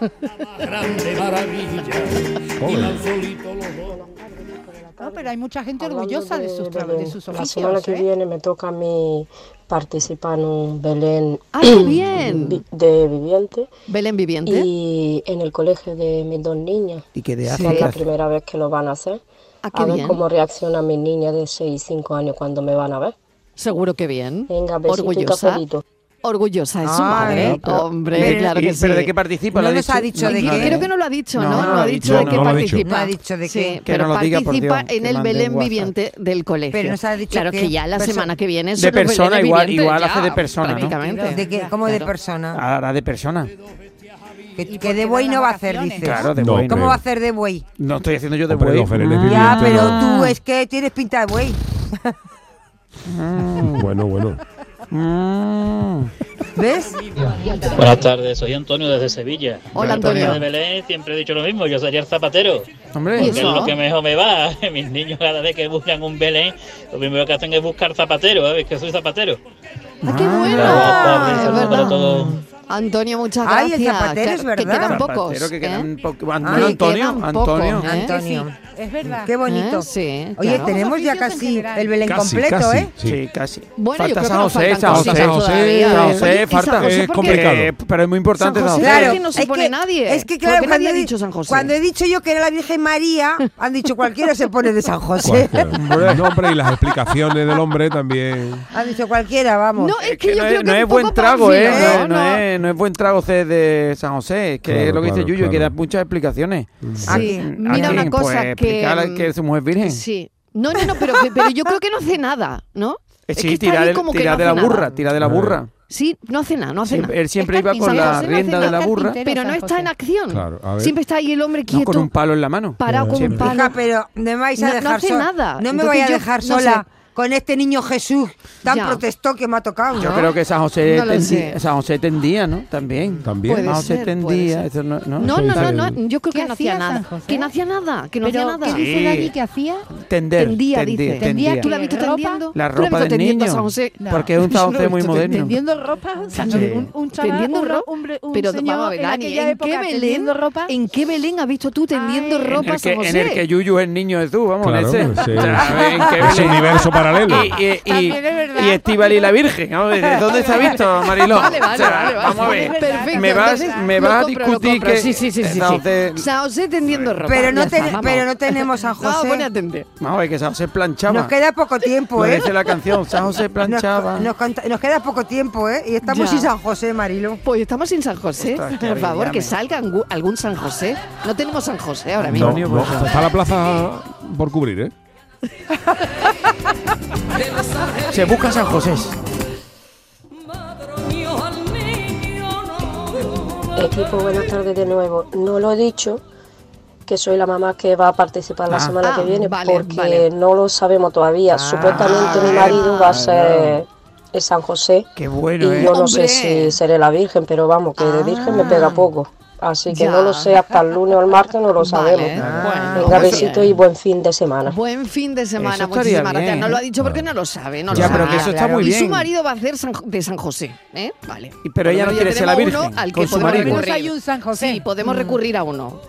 Speaker 5: No, pero hay mucha gente orgullosa de sus, tra- de sus
Speaker 24: La semana
Speaker 5: oficios,
Speaker 24: que
Speaker 5: ¿eh?
Speaker 24: viene me toca a mí participar en un Belén
Speaker 1: Ah, qué bien.
Speaker 24: vi- de viviente.
Speaker 1: Belén viviente.
Speaker 24: Y en el colegio de mis dos niñas.
Speaker 4: Y que de
Speaker 24: Es
Speaker 4: África.
Speaker 24: la primera vez que lo van a hacer.
Speaker 1: Ah, qué
Speaker 24: a ver
Speaker 1: bien.
Speaker 24: cómo reaccionan mis niñas de 6 y 5 años cuando me van a ver.
Speaker 1: Seguro que bien.
Speaker 24: Venga, besito y
Speaker 1: Orgullosa.
Speaker 24: cafelito.
Speaker 1: Orgullosa de su
Speaker 24: Ay,
Speaker 1: madre.
Speaker 24: pero-
Speaker 1: Hombre,
Speaker 4: Ah, Pero-
Speaker 1: claro
Speaker 4: ¿y-
Speaker 1: que sí.
Speaker 4: pero de qué participa? ¿Lo
Speaker 6: No nos ha dicho de
Speaker 1: Yo
Speaker 6: qué.
Speaker 1: Creo que no lo ha dicho, ¿no?
Speaker 4: No,
Speaker 1: No,
Speaker 4: no lo
Speaker 1: ha
Speaker 4: ha
Speaker 1: dicho
Speaker 4: dicho,
Speaker 1: de
Speaker 4: no,
Speaker 1: qué
Speaker 4: no lo ha dicho.
Speaker 1: participa.
Speaker 6: No ha dicho de
Speaker 1: Sí,
Speaker 6: qué.
Speaker 4: Que
Speaker 1: pero
Speaker 4: no lo diga, por
Speaker 1: participa
Speaker 4: Dios,
Speaker 1: en
Speaker 4: que
Speaker 1: el
Speaker 4: mande
Speaker 1: Belén
Speaker 4: un WhatsApp.
Speaker 1: viviente del colegio.
Speaker 6: Pero nos ha dicho
Speaker 1: claro
Speaker 6: qué
Speaker 1: que ya la
Speaker 6: perso-
Speaker 1: semana que viene
Speaker 4: De
Speaker 1: son los Belenes
Speaker 4: persona, igual-
Speaker 1: vivientes,
Speaker 4: igual
Speaker 1: ya,
Speaker 4: hace de persona, ¿no?
Speaker 1: prácticamente.
Speaker 6: ¿De qué? ¿Cómo de
Speaker 1: Claro. Ah.
Speaker 6: persona?
Speaker 4: Ahora de persona.
Speaker 6: Que, que de buey no va a hacer, dices.
Speaker 4: Claro, de
Speaker 3: No,
Speaker 4: buey.
Speaker 6: ¿Cómo
Speaker 3: creo.
Speaker 6: va a hacer de buey?
Speaker 4: No estoy haciendo yo de
Speaker 3: Hombre,
Speaker 4: buey.
Speaker 3: los belenes
Speaker 4: Mm.
Speaker 3: vivientes
Speaker 6: Ya,
Speaker 3: no.
Speaker 6: pero tú es que tienes pinta de buey.
Speaker 4: Mm.
Speaker 3: Bueno, bueno.
Speaker 1: Mm.
Speaker 6: ¿Ves?
Speaker 25: Buenas tardes, soy Antonio desde Sevilla.
Speaker 1: Hola,
Speaker 25: Yo también
Speaker 1: Antonio.
Speaker 25: De Belén siempre he dicho lo mismo, yo sería el zapatero.
Speaker 4: Hombre,
Speaker 25: Porque es
Speaker 1: eso?
Speaker 25: lo que mejor me va. Mis niños cada vez que buscan un Belén, lo primero que hacen es buscar zapatero, ¿sabes? Que soy zapatero.
Speaker 1: ¡Ah, qué bueno!
Speaker 25: Buenas tardes,
Speaker 1: Es
Speaker 25: saludos
Speaker 1: verdad.
Speaker 25: para todos.
Speaker 1: Antonio, muchas
Speaker 6: Ay, el
Speaker 1: gracias.
Speaker 6: zapatero,
Speaker 1: que,
Speaker 6: es
Speaker 1: Que
Speaker 6: verdad.
Speaker 1: quedan
Speaker 6: Zapatero,
Speaker 1: pocos.
Speaker 4: que
Speaker 1: ¿eh?
Speaker 4: quedan poco- An-
Speaker 1: Ay,
Speaker 4: bueno, Antonio,
Speaker 1: quedan pocos,
Speaker 4: Antonio.
Speaker 1: ¿eh?
Speaker 6: Antonio.
Speaker 5: Es verdad.
Speaker 6: Qué bonito.
Speaker 1: ¿Eh? Sí,
Speaker 6: Oye,
Speaker 1: claro.
Speaker 6: tenemos ya casi el Belén completo, ¿eh?
Speaker 4: Sí, casi.
Speaker 1: Bueno, yo
Speaker 4: falta
Speaker 1: creo que
Speaker 4: San
Speaker 1: nos
Speaker 4: José,
Speaker 1: faltan
Speaker 4: San José,
Speaker 1: cositas
Speaker 4: San José,
Speaker 1: todavía,
Speaker 4: San
Speaker 1: ¿eh? Oye,
Speaker 4: José,
Speaker 1: ¿y San
Speaker 4: falta.
Speaker 1: José
Speaker 4: Es
Speaker 1: por qué?
Speaker 4: complicado. Eh, Pero es muy importante San José.
Speaker 1: Claro. Es que no se pone
Speaker 6: que-
Speaker 1: nadie.
Speaker 6: Es que
Speaker 1: ¿Por qué
Speaker 6: claro,
Speaker 1: nadie
Speaker 6: cuando,
Speaker 1: ha
Speaker 6: he
Speaker 1: dicho San José?
Speaker 6: cuando he dicho yo que era la Virgen María, han dicho cualquiera se pone de San José.
Speaker 3: El nombre y las explicaciones del hombre también.
Speaker 6: han dicho cualquiera, vamos.
Speaker 1: No, es
Speaker 4: Que
Speaker 1: yo
Speaker 4: no
Speaker 1: creo
Speaker 4: es,
Speaker 1: que
Speaker 4: no
Speaker 1: un
Speaker 4: es
Speaker 1: poco
Speaker 4: buen trago, ¿eh? No,
Speaker 1: panfilo,
Speaker 4: no es, no es buen trago C de San José, que
Speaker 3: Claro,
Speaker 4: es lo que dice
Speaker 3: claro,
Speaker 4: Yuyo, que da
Speaker 3: claro.
Speaker 4: muchas explicaciones.
Speaker 1: Sí, mira una cosa
Speaker 4: pues,
Speaker 1: que,
Speaker 4: explicar
Speaker 1: mm,
Speaker 4: que su mujer es virgen.
Speaker 1: Sí. No, no, no, pero, pero yo creo que no hace nada, ¿no?
Speaker 4: Eh,
Speaker 1: Es
Speaker 4: sí,
Speaker 1: que está
Speaker 4: tira,
Speaker 1: ahí
Speaker 4: del-
Speaker 1: como que
Speaker 4: tira
Speaker 1: no
Speaker 4: de la
Speaker 1: hace nada.
Speaker 4: burra, tira de la burra.
Speaker 1: Sí, no hace nada, no hace
Speaker 4: Siempre-
Speaker 1: nada.
Speaker 4: él siempre
Speaker 1: Es
Speaker 4: iba con
Speaker 1: carpintero.
Speaker 4: la
Speaker 1: San José no
Speaker 4: rienda
Speaker 1: hace
Speaker 4: de la
Speaker 1: nada,
Speaker 4: burra.
Speaker 1: Pero no está en acción.
Speaker 3: Claro, a ver.
Speaker 1: Siempre está ahí el hombre
Speaker 4: No,
Speaker 1: quieto.
Speaker 4: con un palo en la mano.
Speaker 1: Parado con un
Speaker 4: Siempre.
Speaker 1: palo.
Speaker 6: Hija, pero no me vais a
Speaker 1: No- no
Speaker 6: dejar
Speaker 1: hace
Speaker 6: sola.
Speaker 1: nada.
Speaker 6: No me
Speaker 1: Entonces
Speaker 6: vais a
Speaker 1: yo-
Speaker 6: dejar
Speaker 1: no
Speaker 6: sola con este niño Jesús tan
Speaker 1: Ya.
Speaker 6: protestó que me ha tocado.
Speaker 4: Yo
Speaker 6: ¿no?
Speaker 4: creo que San José,
Speaker 1: No lo
Speaker 4: tendía,
Speaker 1: sé.
Speaker 4: San José tendía, ¿no? También.
Speaker 3: También.
Speaker 1: Puede
Speaker 4: San José
Speaker 1: ser, puede
Speaker 4: tendía.
Speaker 1: ser.
Speaker 4: Eso no, no.
Speaker 1: No,
Speaker 3: Eso
Speaker 1: no, no,
Speaker 3: dice
Speaker 1: no,
Speaker 3: el-
Speaker 1: yo creo que
Speaker 2: ¿Qué
Speaker 1: no
Speaker 2: hacía
Speaker 1: hacía
Speaker 2: San
Speaker 1: nada.
Speaker 2: José?
Speaker 1: Que no hacía nada, que no hacía
Speaker 2: Pero,
Speaker 1: nada.
Speaker 2: ¿qué dice
Speaker 4: Sí.
Speaker 2: Dani que hacía?
Speaker 4: Tender.
Speaker 1: Tendía,
Speaker 4: tender,
Speaker 1: dice.
Speaker 2: Tendía
Speaker 4: tendía.
Speaker 1: ¿Tú la has visto
Speaker 2: ¿Ropa?
Speaker 1: tendiendo?
Speaker 4: La
Speaker 1: ¿Tú la has
Speaker 4: ropa
Speaker 1: visto
Speaker 4: del
Speaker 1: tendiendo a
Speaker 4: niño.
Speaker 1: San José?
Speaker 2: No.
Speaker 4: Porque es un
Speaker 1: Yo
Speaker 4: San
Speaker 1: no
Speaker 4: José
Speaker 1: lo
Speaker 4: muy
Speaker 1: estoy
Speaker 4: moderno.
Speaker 2: Tendiendo ropa, o sea,
Speaker 4: Sí.
Speaker 2: un, un chaval,
Speaker 1: Tendiendo
Speaker 2: un,
Speaker 1: ropa.
Speaker 2: ro- un, bre- un
Speaker 1: Pero
Speaker 2: señor
Speaker 1: vamos a ver,
Speaker 2: en
Speaker 1: Dani,
Speaker 2: aquella
Speaker 1: ¿en
Speaker 2: época
Speaker 1: qué Belén,
Speaker 2: tendiendo ropa.
Speaker 1: ¿en qué Belén has visto tú tendiendo
Speaker 2: Ay.
Speaker 1: ropa
Speaker 4: En
Speaker 1: a
Speaker 4: el, que,
Speaker 1: San José?
Speaker 4: en el que Yuyu es niño de tú, vamos,
Speaker 3: Claro,
Speaker 4: ese.
Speaker 3: ese-
Speaker 4: ¿Sabes? ¿En qué
Speaker 3: ese
Speaker 4: Belén?
Speaker 3: universo paralelo.
Speaker 4: Y, y, y,
Speaker 2: También es verdad.
Speaker 4: y Estíbal y la Virgen. ¿no? ¿De dónde se ha visto, Mariló?
Speaker 1: Vale, vale,
Speaker 4: O sea,
Speaker 1: vale, vale.
Speaker 4: Vamos a ver.
Speaker 1: Perfecto.
Speaker 4: Me vas,
Speaker 1: entonces
Speaker 4: me
Speaker 1: lo
Speaker 4: vas a
Speaker 1: compro, lo
Speaker 4: discutir
Speaker 1: compro.
Speaker 4: que.
Speaker 1: Sí, sí, sí, sí.
Speaker 4: Entonces,
Speaker 1: sí. San José tendiendo ropa.
Speaker 6: Pero no,
Speaker 1: Ya
Speaker 6: ten-
Speaker 1: está, vamos.
Speaker 6: pero no tenemos San
Speaker 1: No,
Speaker 6: José.
Speaker 1: pone a tender.
Speaker 4: Vamos a ver que San José planchaba.
Speaker 6: Nos queda poco
Speaker 4: Lo
Speaker 6: tiempo, ¿eh?
Speaker 4: dice la canción, San José
Speaker 6: Nos,
Speaker 4: planchaba.
Speaker 6: nos cont- nos queda poco tiempo, ¿eh? Y estamos
Speaker 1: Ya.
Speaker 6: sin San José, Marilo.
Speaker 1: Pues estamos sin San José.
Speaker 4: Ostras, qué
Speaker 1: Por favor,
Speaker 4: avellame.
Speaker 1: que salga angu- algún San José. No tenemos San José ahora mismo.
Speaker 3: No,
Speaker 4: pues,
Speaker 3: no, está la plaza por cubrir, ¿eh?
Speaker 4: Se busca San José.
Speaker 24: Equipo, buenas tardes de nuevo. No lo he dicho, que soy la mamá que va a participar la
Speaker 4: Ah.
Speaker 24: semana
Speaker 1: Ah,
Speaker 24: que viene,
Speaker 1: vale,
Speaker 24: porque
Speaker 1: vale. Ah,
Speaker 24: no lo sabemos todavía. Supuestamente mi
Speaker 4: bien,
Speaker 24: marido va a ser el San José.
Speaker 4: Qué bueno,
Speaker 24: y
Speaker 4: ¿eh?
Speaker 24: yo no
Speaker 1: Hombre. Ah.
Speaker 24: sé si seré la Virgen, pero vamos, que de Virgen me pega poco. Así que
Speaker 1: Ya.
Speaker 24: no lo sé, hasta el lunes o el martes no lo sabemos.
Speaker 1: Vale, bueno,
Speaker 24: Venga,
Speaker 1: pues
Speaker 24: besitos y buen fin de semana.
Speaker 1: Buen fin de semana,
Speaker 4: Eso estaría
Speaker 1: muchísimas gracias.
Speaker 4: bien. ¿eh?
Speaker 1: No lo ha dicho porque no lo sabe, no
Speaker 4: Ya,
Speaker 1: lo
Speaker 4: pero
Speaker 1: sabe.
Speaker 4: que eso está muy
Speaker 1: Y su
Speaker 4: bien.
Speaker 1: marido va a hacer San Jo- de San José, ¿eh? Vale.
Speaker 4: Y-
Speaker 1: Por
Speaker 4: pero
Speaker 1: lo
Speaker 4: ella no
Speaker 1: menos ya
Speaker 4: quiere ser la
Speaker 1: tenemos uno
Speaker 4: Virgen,
Speaker 1: Al que
Speaker 4: con su
Speaker 1: podemos
Speaker 4: marido. Mm. Ah.
Speaker 5: Menos
Speaker 1: recurrir.
Speaker 5: hay un San José.
Speaker 1: Sí, podemos recurrir a uno.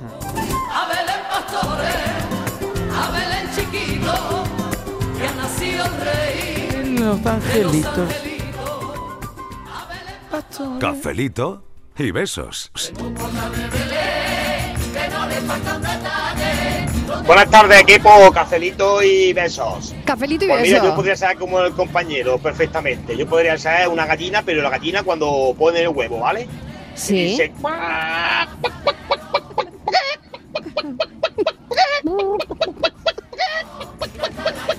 Speaker 9: A Belén Pastores, a Belén Chiquito, que ha nacido el rey.
Speaker 4: Los Mm, angelitos.
Speaker 17: Cafelito y besos.
Speaker 7: Buenas tardes, equipo, cafelito y besos.
Speaker 1: Cafelito y
Speaker 7: Pues mira, yo
Speaker 1: beso.
Speaker 7: podría ser como el compañero, perfectamente. Yo podría ser una gallina, pero la gallina cuando pone el huevo, ¿vale? Y
Speaker 1: Sí.
Speaker 7: dice,
Speaker 11: Ah,
Speaker 7: "Cuac".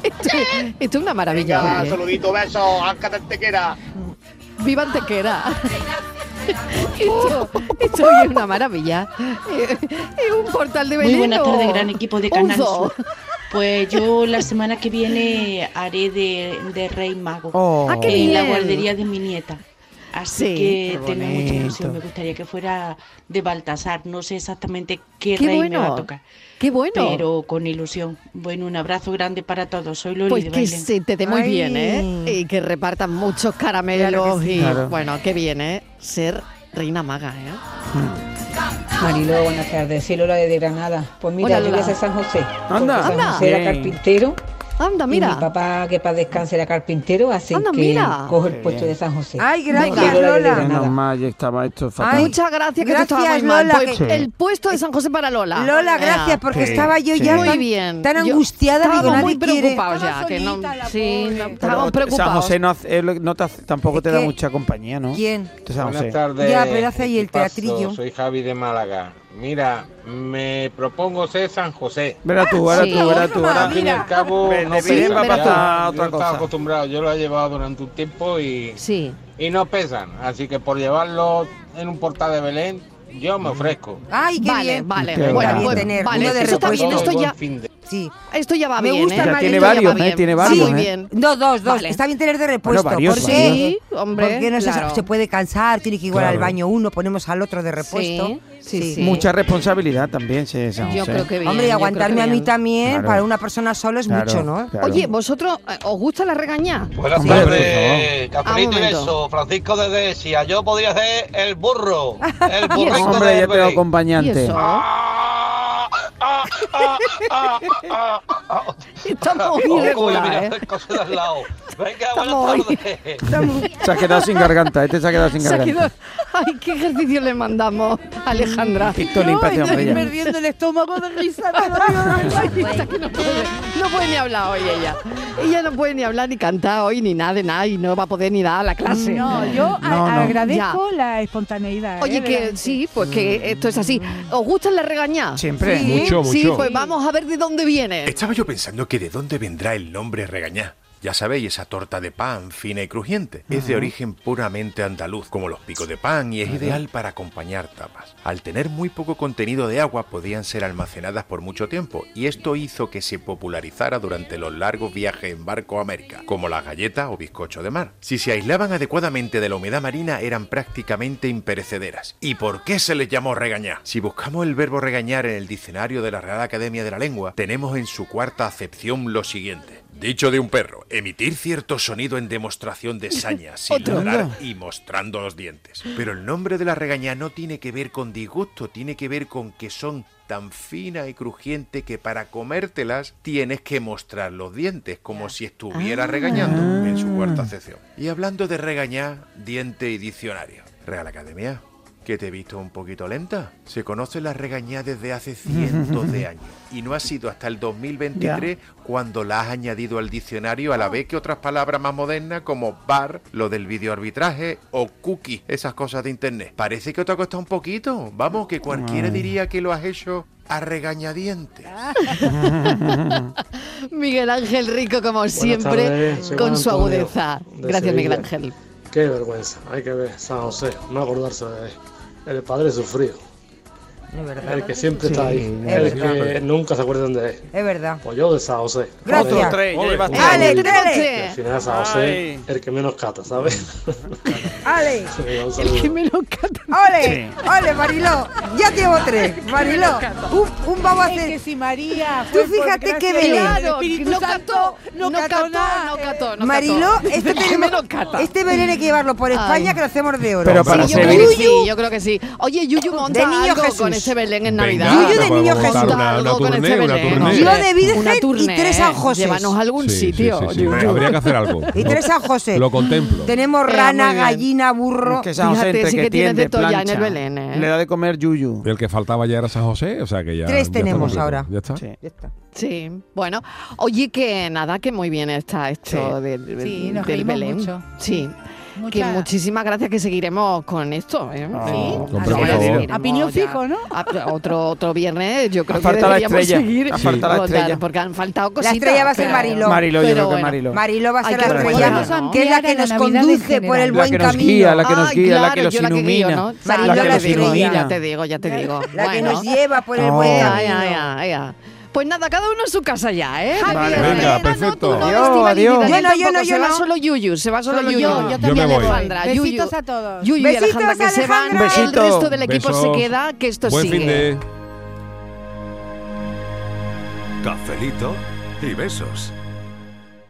Speaker 1: Esto, esto es una maravilla.
Speaker 7: venga,
Speaker 1: ¿eh?
Speaker 7: saludito, besos, Anca de Antequera.
Speaker 1: ¡Viva Antequera! esto, esto hoy es una maravilla. Eh, Es un portal de Belén.
Speaker 8: Muy buenas
Speaker 1: o-
Speaker 8: tardes, gran equipo de
Speaker 1: o
Speaker 8: Canal
Speaker 1: un zoo.
Speaker 8: Sur. Pues yo la semana que viene haré de, de Rey Mago
Speaker 4: Oh.
Speaker 1: Ah, qué
Speaker 8: en la
Speaker 1: bien.
Speaker 8: guardería de mi nieta. Así
Speaker 1: Sí.
Speaker 8: que
Speaker 4: Qué
Speaker 8: tengo mucha ilusión. Me
Speaker 4: bonito.
Speaker 8: gustaría que fuera de Baltasar. No sé exactamente qué,
Speaker 1: Qué
Speaker 8: rey me va
Speaker 1: bueno.
Speaker 8: a tocar,
Speaker 1: ¡Qué bueno!
Speaker 8: pero con ilusión. Bueno, un abrazo grande para todos. Soy Loli
Speaker 1: Pues
Speaker 8: de
Speaker 1: que
Speaker 8: Bailén.
Speaker 1: se te dé muy
Speaker 6: Ay.
Speaker 1: bien, ¿eh? Y que repartan muchos caramelos
Speaker 6: Claro que sí.
Speaker 1: y
Speaker 4: Claro.
Speaker 1: bueno, qué bien, ¿eh? Ser reina maga, ¿eh?
Speaker 10: Mariló, buenas tardes. Soy Lola desde Granada. Pues mira, yo
Speaker 1: Hola,
Speaker 10: voy a
Speaker 1: Lola.
Speaker 10: ser San José.
Speaker 4: Anda.
Speaker 10: Porque
Speaker 1: Anda.
Speaker 10: San José era
Speaker 4: Bien.
Speaker 10: carpintero.
Speaker 1: Anda,
Speaker 10: Y mi
Speaker 1: mira.
Speaker 10: papá, que para descanse, era carpintero. Así
Speaker 1: Anda,
Speaker 10: que
Speaker 1: mira.
Speaker 10: cojo
Speaker 4: Qué
Speaker 10: el puesto
Speaker 4: bien.
Speaker 10: de San José.
Speaker 6: Ay,
Speaker 1: Venga.
Speaker 6: gracias,
Speaker 1: Yo
Speaker 10: Lola de
Speaker 6: Lola.
Speaker 4: Menos
Speaker 10: Granada.
Speaker 4: mal, ya estaba esto fatal.
Speaker 6: Ay.
Speaker 1: Muchas gracias, que esto estaba muy
Speaker 6: Gracias,
Speaker 1: mal.
Speaker 6: Lola,
Speaker 1: Pues
Speaker 4: que-
Speaker 1: el puesto de San José para Lola.
Speaker 6: Lola,
Speaker 1: Eh,
Speaker 6: gracias, porque
Speaker 4: Sí,
Speaker 6: estaba yo
Speaker 4: sí.
Speaker 6: ya
Speaker 1: Muy
Speaker 6: tan,
Speaker 1: bien.
Speaker 6: tan
Speaker 1: Yo-
Speaker 6: angustiada.
Speaker 1: Estábamos
Speaker 6: digo,
Speaker 1: muy
Speaker 6: nadie quiere-
Speaker 1: preocupados ya.
Speaker 5: Estaba
Speaker 1: Que no,
Speaker 5: solita la
Speaker 1: sí,
Speaker 5: pobre.
Speaker 1: no,
Speaker 5: Pero
Speaker 1: estábamos
Speaker 4: San
Speaker 1: preocupados.
Speaker 4: José no hace- él no te hace- tampoco
Speaker 6: Es
Speaker 4: te da
Speaker 6: que-
Speaker 4: mucha compañía, ¿no?
Speaker 6: ¿Quién?
Speaker 4: Entonces, San
Speaker 11: Buenas
Speaker 4: José.
Speaker 11: tardes.
Speaker 6: Ya, pero hace ahí el
Speaker 11: equipazo.
Speaker 6: teatrillo.
Speaker 11: Soy Javi de Málaga. Mira, me propongo ser San José.
Speaker 4: Verá tú, verá
Speaker 1: sí.
Speaker 4: tú, verá tú, verá
Speaker 11: Al fin y al cabo,
Speaker 4: Ve-
Speaker 11: no
Speaker 4: de bien
Speaker 11: pesa.
Speaker 4: va a
Speaker 11: Yo
Speaker 4: pasar
Speaker 11: estaba
Speaker 4: otra cosa.
Speaker 11: acostumbrado, yo lo he llevado durante un tiempo y,
Speaker 1: Sí.
Speaker 11: y no pesan. Así que por llevarlo en un portal de Belén, yo me ofrezco.
Speaker 6: Ay, qué
Speaker 1: Vale,
Speaker 6: bien.
Speaker 1: vale.
Speaker 4: Mm. Qué
Speaker 1: Bueno,
Speaker 4: grande.
Speaker 1: pues,
Speaker 6: Tener
Speaker 1: vale,
Speaker 6: uno de
Speaker 1: eso está
Speaker 11: Sobre
Speaker 1: bien.
Speaker 11: todo
Speaker 1: Esto
Speaker 11: el
Speaker 1: ya,
Speaker 11: buen fin de-
Speaker 6: sí.
Speaker 1: Esto ya va
Speaker 6: Me
Speaker 1: bien,
Speaker 6: gusta
Speaker 1: ¿eh?
Speaker 6: el Ya
Speaker 4: tiene
Speaker 1: Esto
Speaker 4: varios,
Speaker 1: va bien.
Speaker 4: ¿eh? Tiene varios,
Speaker 1: Sí,
Speaker 4: ¿eh?
Speaker 1: bien.
Speaker 6: No, dos, dos. Está bien tener de repuesto.
Speaker 4: Bueno, varios,
Speaker 6: porque,
Speaker 4: sí.
Speaker 1: Sí, hombre,
Speaker 6: porque no se-
Speaker 1: claro.
Speaker 6: se, puede cansar, tiene que igual
Speaker 4: Claro.
Speaker 6: al baño uno, ponemos al otro de repuesto.
Speaker 1: sí, sí.
Speaker 4: Mucha responsabilidad también, sí, San José.
Speaker 6: Hombre, y aguantarme a mí también,
Speaker 4: Claro.
Speaker 6: para una persona solo es
Speaker 4: Claro,
Speaker 6: mucho, ¿no?
Speaker 4: claro.
Speaker 1: Oye, ¿vosotros eh, os gusta la regañá?
Speaker 11: Buenas
Speaker 4: Hombre,
Speaker 11: tardes, Cafelito
Speaker 1: Ah,
Speaker 11: y
Speaker 1: un momento.
Speaker 11: beso. Francisco desde Esia. Yo podría ser el burro. El burrico
Speaker 4: Hombre,
Speaker 11: de
Speaker 4: ya tengo
Speaker 11: Belén.
Speaker 4: acompañante.
Speaker 11: ah,
Speaker 1: Estamos
Speaker 11: Oh,
Speaker 1: muy
Speaker 11: cómo le miras
Speaker 1: regular, ¿eh?
Speaker 11: las cosas de al lado. Venga,
Speaker 1: Estamos
Speaker 11: buenas
Speaker 1: hoy.
Speaker 11: tardes.
Speaker 1: Estamos-
Speaker 4: Se ha quedado sin garganta, este se ha quedado sin
Speaker 1: Se ha quedado-
Speaker 4: garganta.
Speaker 1: Ay, qué ejercicio le mandamos, Alejandra.
Speaker 4: Esto le impacta, hombre, ya.
Speaker 5: Perdiendo el estómago de risa. te lo digo de verdad.
Speaker 1: Está que no, puede, no puede ni hablar hoy ella. Ella no puede ni hablar ni cantar hoy ni nada de nada y no va a poder ni dar a la clase.
Speaker 5: No, yo a-
Speaker 1: No, no.
Speaker 5: agradezco la espontaneidad. ¿eh?
Speaker 1: Oye, que sí, pues que esto es así. ¿Os gustan las regañadas?
Speaker 4: Siempre.
Speaker 1: Sí,
Speaker 17: Mucho,
Speaker 1: Sí,
Speaker 17: mucho.
Speaker 1: pues vamos a ver de dónde viene.
Speaker 3: Eh.
Speaker 17: Estaba yo pensando que de dónde vendrá el nombre regañá. Ya sabéis, esa torta de pan fina y crujiente. Es de
Speaker 2: Ajá.
Speaker 17: origen puramente andaluz, como los picos de pan, y es
Speaker 2: Ajá.
Speaker 17: ideal para acompañar tapas. Al tener muy poco contenido de agua, podían ser almacenadas por mucho tiempo, y esto hizo que se popularizara durante los largos viajes en barco a América, como las galletas o bizcocho de mar. Si se aislaban adecuadamente de la humedad marina, eran prácticamente imperecederas. ¿Y por qué se les llamó regañá? Si buscamos el verbo regañar en el diccionario de la Real Academia de la Lengua, tenemos en su cuarta acepción lo siguiente. Dicho de un perro, emitir cierto sonido en demostración de saña, sin
Speaker 12: Otro.
Speaker 17: ladrar y mostrando los dientes. Pero el nombre de la regañá no tiene que ver con disgusto, tiene que ver con que son tan finas y crujientes que para comértelas tienes que mostrar los dientes, como si estuviera regañando en su cuarta acepción. Y hablando de regañar, diente y diccionario. Real Academia, que te he visto un poquito lenta. Se conoce la regañá desde hace cientos de años y no ha sido hasta el 2023 cuando la has añadido al diccionario a la vez que otras palabras más modernas como bar, lo del videoarbitraje o cookie, esas cosas de internet. Parece que te ha costado un poquito. Vamos, que cualquiera diría que lo has hecho a regañadientes.
Speaker 1: Miguel Ángel Rico, como siempre,
Speaker 2: tardes, soy
Speaker 1: con
Speaker 2: Juan
Speaker 1: su
Speaker 2: Antonio,
Speaker 1: agudeza.
Speaker 2: de
Speaker 1: Gracias, Miguel
Speaker 2: Sevilla.
Speaker 1: Ángel.
Speaker 2: Qué vergüenza, hay que ver San José, no acordarse de él. El padre sufrido,
Speaker 6: Es verdad.
Speaker 2: el que siempre
Speaker 6: Sí,
Speaker 2: está ahí,
Speaker 6: es
Speaker 2: el que
Speaker 6: verdad.
Speaker 2: nunca se acuerdan de él.
Speaker 6: Es verdad.
Speaker 2: Pues yo de San José.
Speaker 6: Gracias.
Speaker 2: Joder,
Speaker 6: tres, ya
Speaker 2: joder,
Speaker 6: llevas
Speaker 2: joder.
Speaker 6: tres. Ale,
Speaker 2: Y
Speaker 6: dale.
Speaker 2: Al final San José, el que menos cata, ¿sabes?
Speaker 6: ¡Ale!
Speaker 2: Venga, un saludo.
Speaker 6: ¡Ole! ¡Ole, Mariló! Ya llevo tres. Mariló, un, un babo a
Speaker 5: Es que
Speaker 6: hacer.
Speaker 5: si María.
Speaker 6: Tú fíjate qué Belén.
Speaker 5: Claro,
Speaker 1: Claro, no
Speaker 5: no
Speaker 1: cató,
Speaker 5: no
Speaker 1: no
Speaker 5: cató
Speaker 1: cató,
Speaker 5: nada,
Speaker 1: no cató, no
Speaker 6: Mariló,
Speaker 1: cató.
Speaker 6: este, tenemos-
Speaker 1: Menos cata.
Speaker 6: este Belén hay que llevarlo por España que lo hacemos de oro.
Speaker 4: Pero para
Speaker 1: Sí, yo
Speaker 4: ser-
Speaker 1: creo que
Speaker 4: Yuyu.
Speaker 1: sí, yo creo que sí. Oye, Yuyu monta
Speaker 6: De niño
Speaker 1: algo
Speaker 6: Jesús.
Speaker 1: con ese Belén en
Speaker 3: Venga,
Speaker 1: Navidad.
Speaker 3: Yuyu de niño Jesús.
Speaker 1: Monta
Speaker 3: una-
Speaker 1: algo
Speaker 3: una
Speaker 1: con
Speaker 3: tournée,
Speaker 1: ese
Speaker 3: una
Speaker 1: Belén.
Speaker 3: tournée.
Speaker 6: Yo de Virgen
Speaker 1: Una
Speaker 6: y
Speaker 1: tournée.
Speaker 6: tres San Josés.
Speaker 1: Llévanos a algún
Speaker 3: Sí, sí,
Speaker 1: sitio.
Speaker 3: sí, sí.
Speaker 1: Yuyu.
Speaker 3: Habría que hacer algo.
Speaker 6: Y tres San José.
Speaker 3: Lo contemplo.
Speaker 6: Tenemos
Speaker 1: Eh,
Speaker 6: rana,
Speaker 1: muy bien.
Speaker 6: gallina, burro.
Speaker 4: Que San José
Speaker 1: Fíjate,
Speaker 4: entre
Speaker 1: sí
Speaker 4: que
Speaker 1: que tienes
Speaker 4: tiende,
Speaker 1: de todo ya en el
Speaker 4: plancha,
Speaker 1: Belén, ¿eh?
Speaker 4: Le da de comer yuyu.
Speaker 3: El que faltaba ya era San José, o sea que ya.
Speaker 6: Tres
Speaker 3: ya está
Speaker 6: tenemos
Speaker 3: completo.
Speaker 6: ahora.
Speaker 3: ¿Ya está?
Speaker 4: Sí.
Speaker 1: Sí, bueno, oye que nada, que muy bien está esto
Speaker 4: Sí.
Speaker 1: del,
Speaker 5: Sí, nos
Speaker 1: del
Speaker 5: reímos
Speaker 1: Belén.
Speaker 5: mucho.
Speaker 1: Sí,
Speaker 5: Mucha-
Speaker 1: que muchísimas gracias que seguiremos con esto. ¿eh?
Speaker 3: Sí. Hombre, por favor.
Speaker 1: seguiremos
Speaker 5: A piñón
Speaker 1: ya.
Speaker 5: fijo, ¿no?
Speaker 1: A- Otro, otro viernes yo creo
Speaker 4: Ha faltado la
Speaker 1: que deberíamos
Speaker 4: estrella,
Speaker 1: seguir
Speaker 4: ha faltado la
Speaker 1: con
Speaker 4: estrella.
Speaker 1: tal, porque han faltado
Speaker 6: La
Speaker 1: cositas.
Speaker 6: estrella va a ser
Speaker 1: pero-
Speaker 6: Mariló.
Speaker 4: Mariló, yo
Speaker 1: pero
Speaker 4: creo que
Speaker 1: bueno.
Speaker 4: Mariló.
Speaker 6: Mariló va a
Speaker 1: Hay
Speaker 6: ser
Speaker 1: que
Speaker 6: la estrella,
Speaker 1: recordarnos, ¿no?
Speaker 6: que es la que
Speaker 5: ampliar a
Speaker 6: nos
Speaker 5: la Navidad en
Speaker 6: conduce por el
Speaker 5: general.
Speaker 4: La
Speaker 6: buen
Speaker 4: que nos
Speaker 6: camino.
Speaker 4: guía, la que nos
Speaker 1: Ay,
Speaker 4: guía, la
Speaker 1: claro,
Speaker 4: que nos
Speaker 1: yo la que guío,
Speaker 4: ilumina.
Speaker 1: ¿no?
Speaker 6: Mariló
Speaker 4: la que
Speaker 6: la
Speaker 4: nos
Speaker 6: estrella.
Speaker 4: ilumina.
Speaker 1: Ya te digo, ya te digo.
Speaker 6: La que
Speaker 1: Bueno.
Speaker 6: nos lleva por el
Speaker 4: No.
Speaker 6: buen
Speaker 4: Eh,
Speaker 1: Ea,
Speaker 6: camino.
Speaker 1: ea, ea, ea. Pues nada, cada uno en su casa ya, ¿eh?
Speaker 3: Vale,
Speaker 1: Javier,
Speaker 3: venga,
Speaker 1: Herrera,
Speaker 3: perfecto.
Speaker 1: No, tú
Speaker 4: Adiós,
Speaker 1: no,
Speaker 4: adiós.
Speaker 1: Yo no, yo
Speaker 6: no,
Speaker 1: Se
Speaker 6: yo
Speaker 1: va
Speaker 6: no.
Speaker 1: solo Yuyu, se va solo
Speaker 5: Solo
Speaker 1: Yuyu.
Speaker 5: yo, yo Yo
Speaker 3: también me voy.
Speaker 1: Alejandra, Yuyu.
Speaker 5: Besitos a todos.
Speaker 1: Yuyu y
Speaker 6: Besitos,
Speaker 1: Alejandra que se van.
Speaker 6: Alejandra.
Speaker 1: El resto del equipo
Speaker 3: Besos.
Speaker 1: se queda, que esto
Speaker 3: Buen
Speaker 1: sigue.
Speaker 3: fin de.
Speaker 17: Cafelito y besos.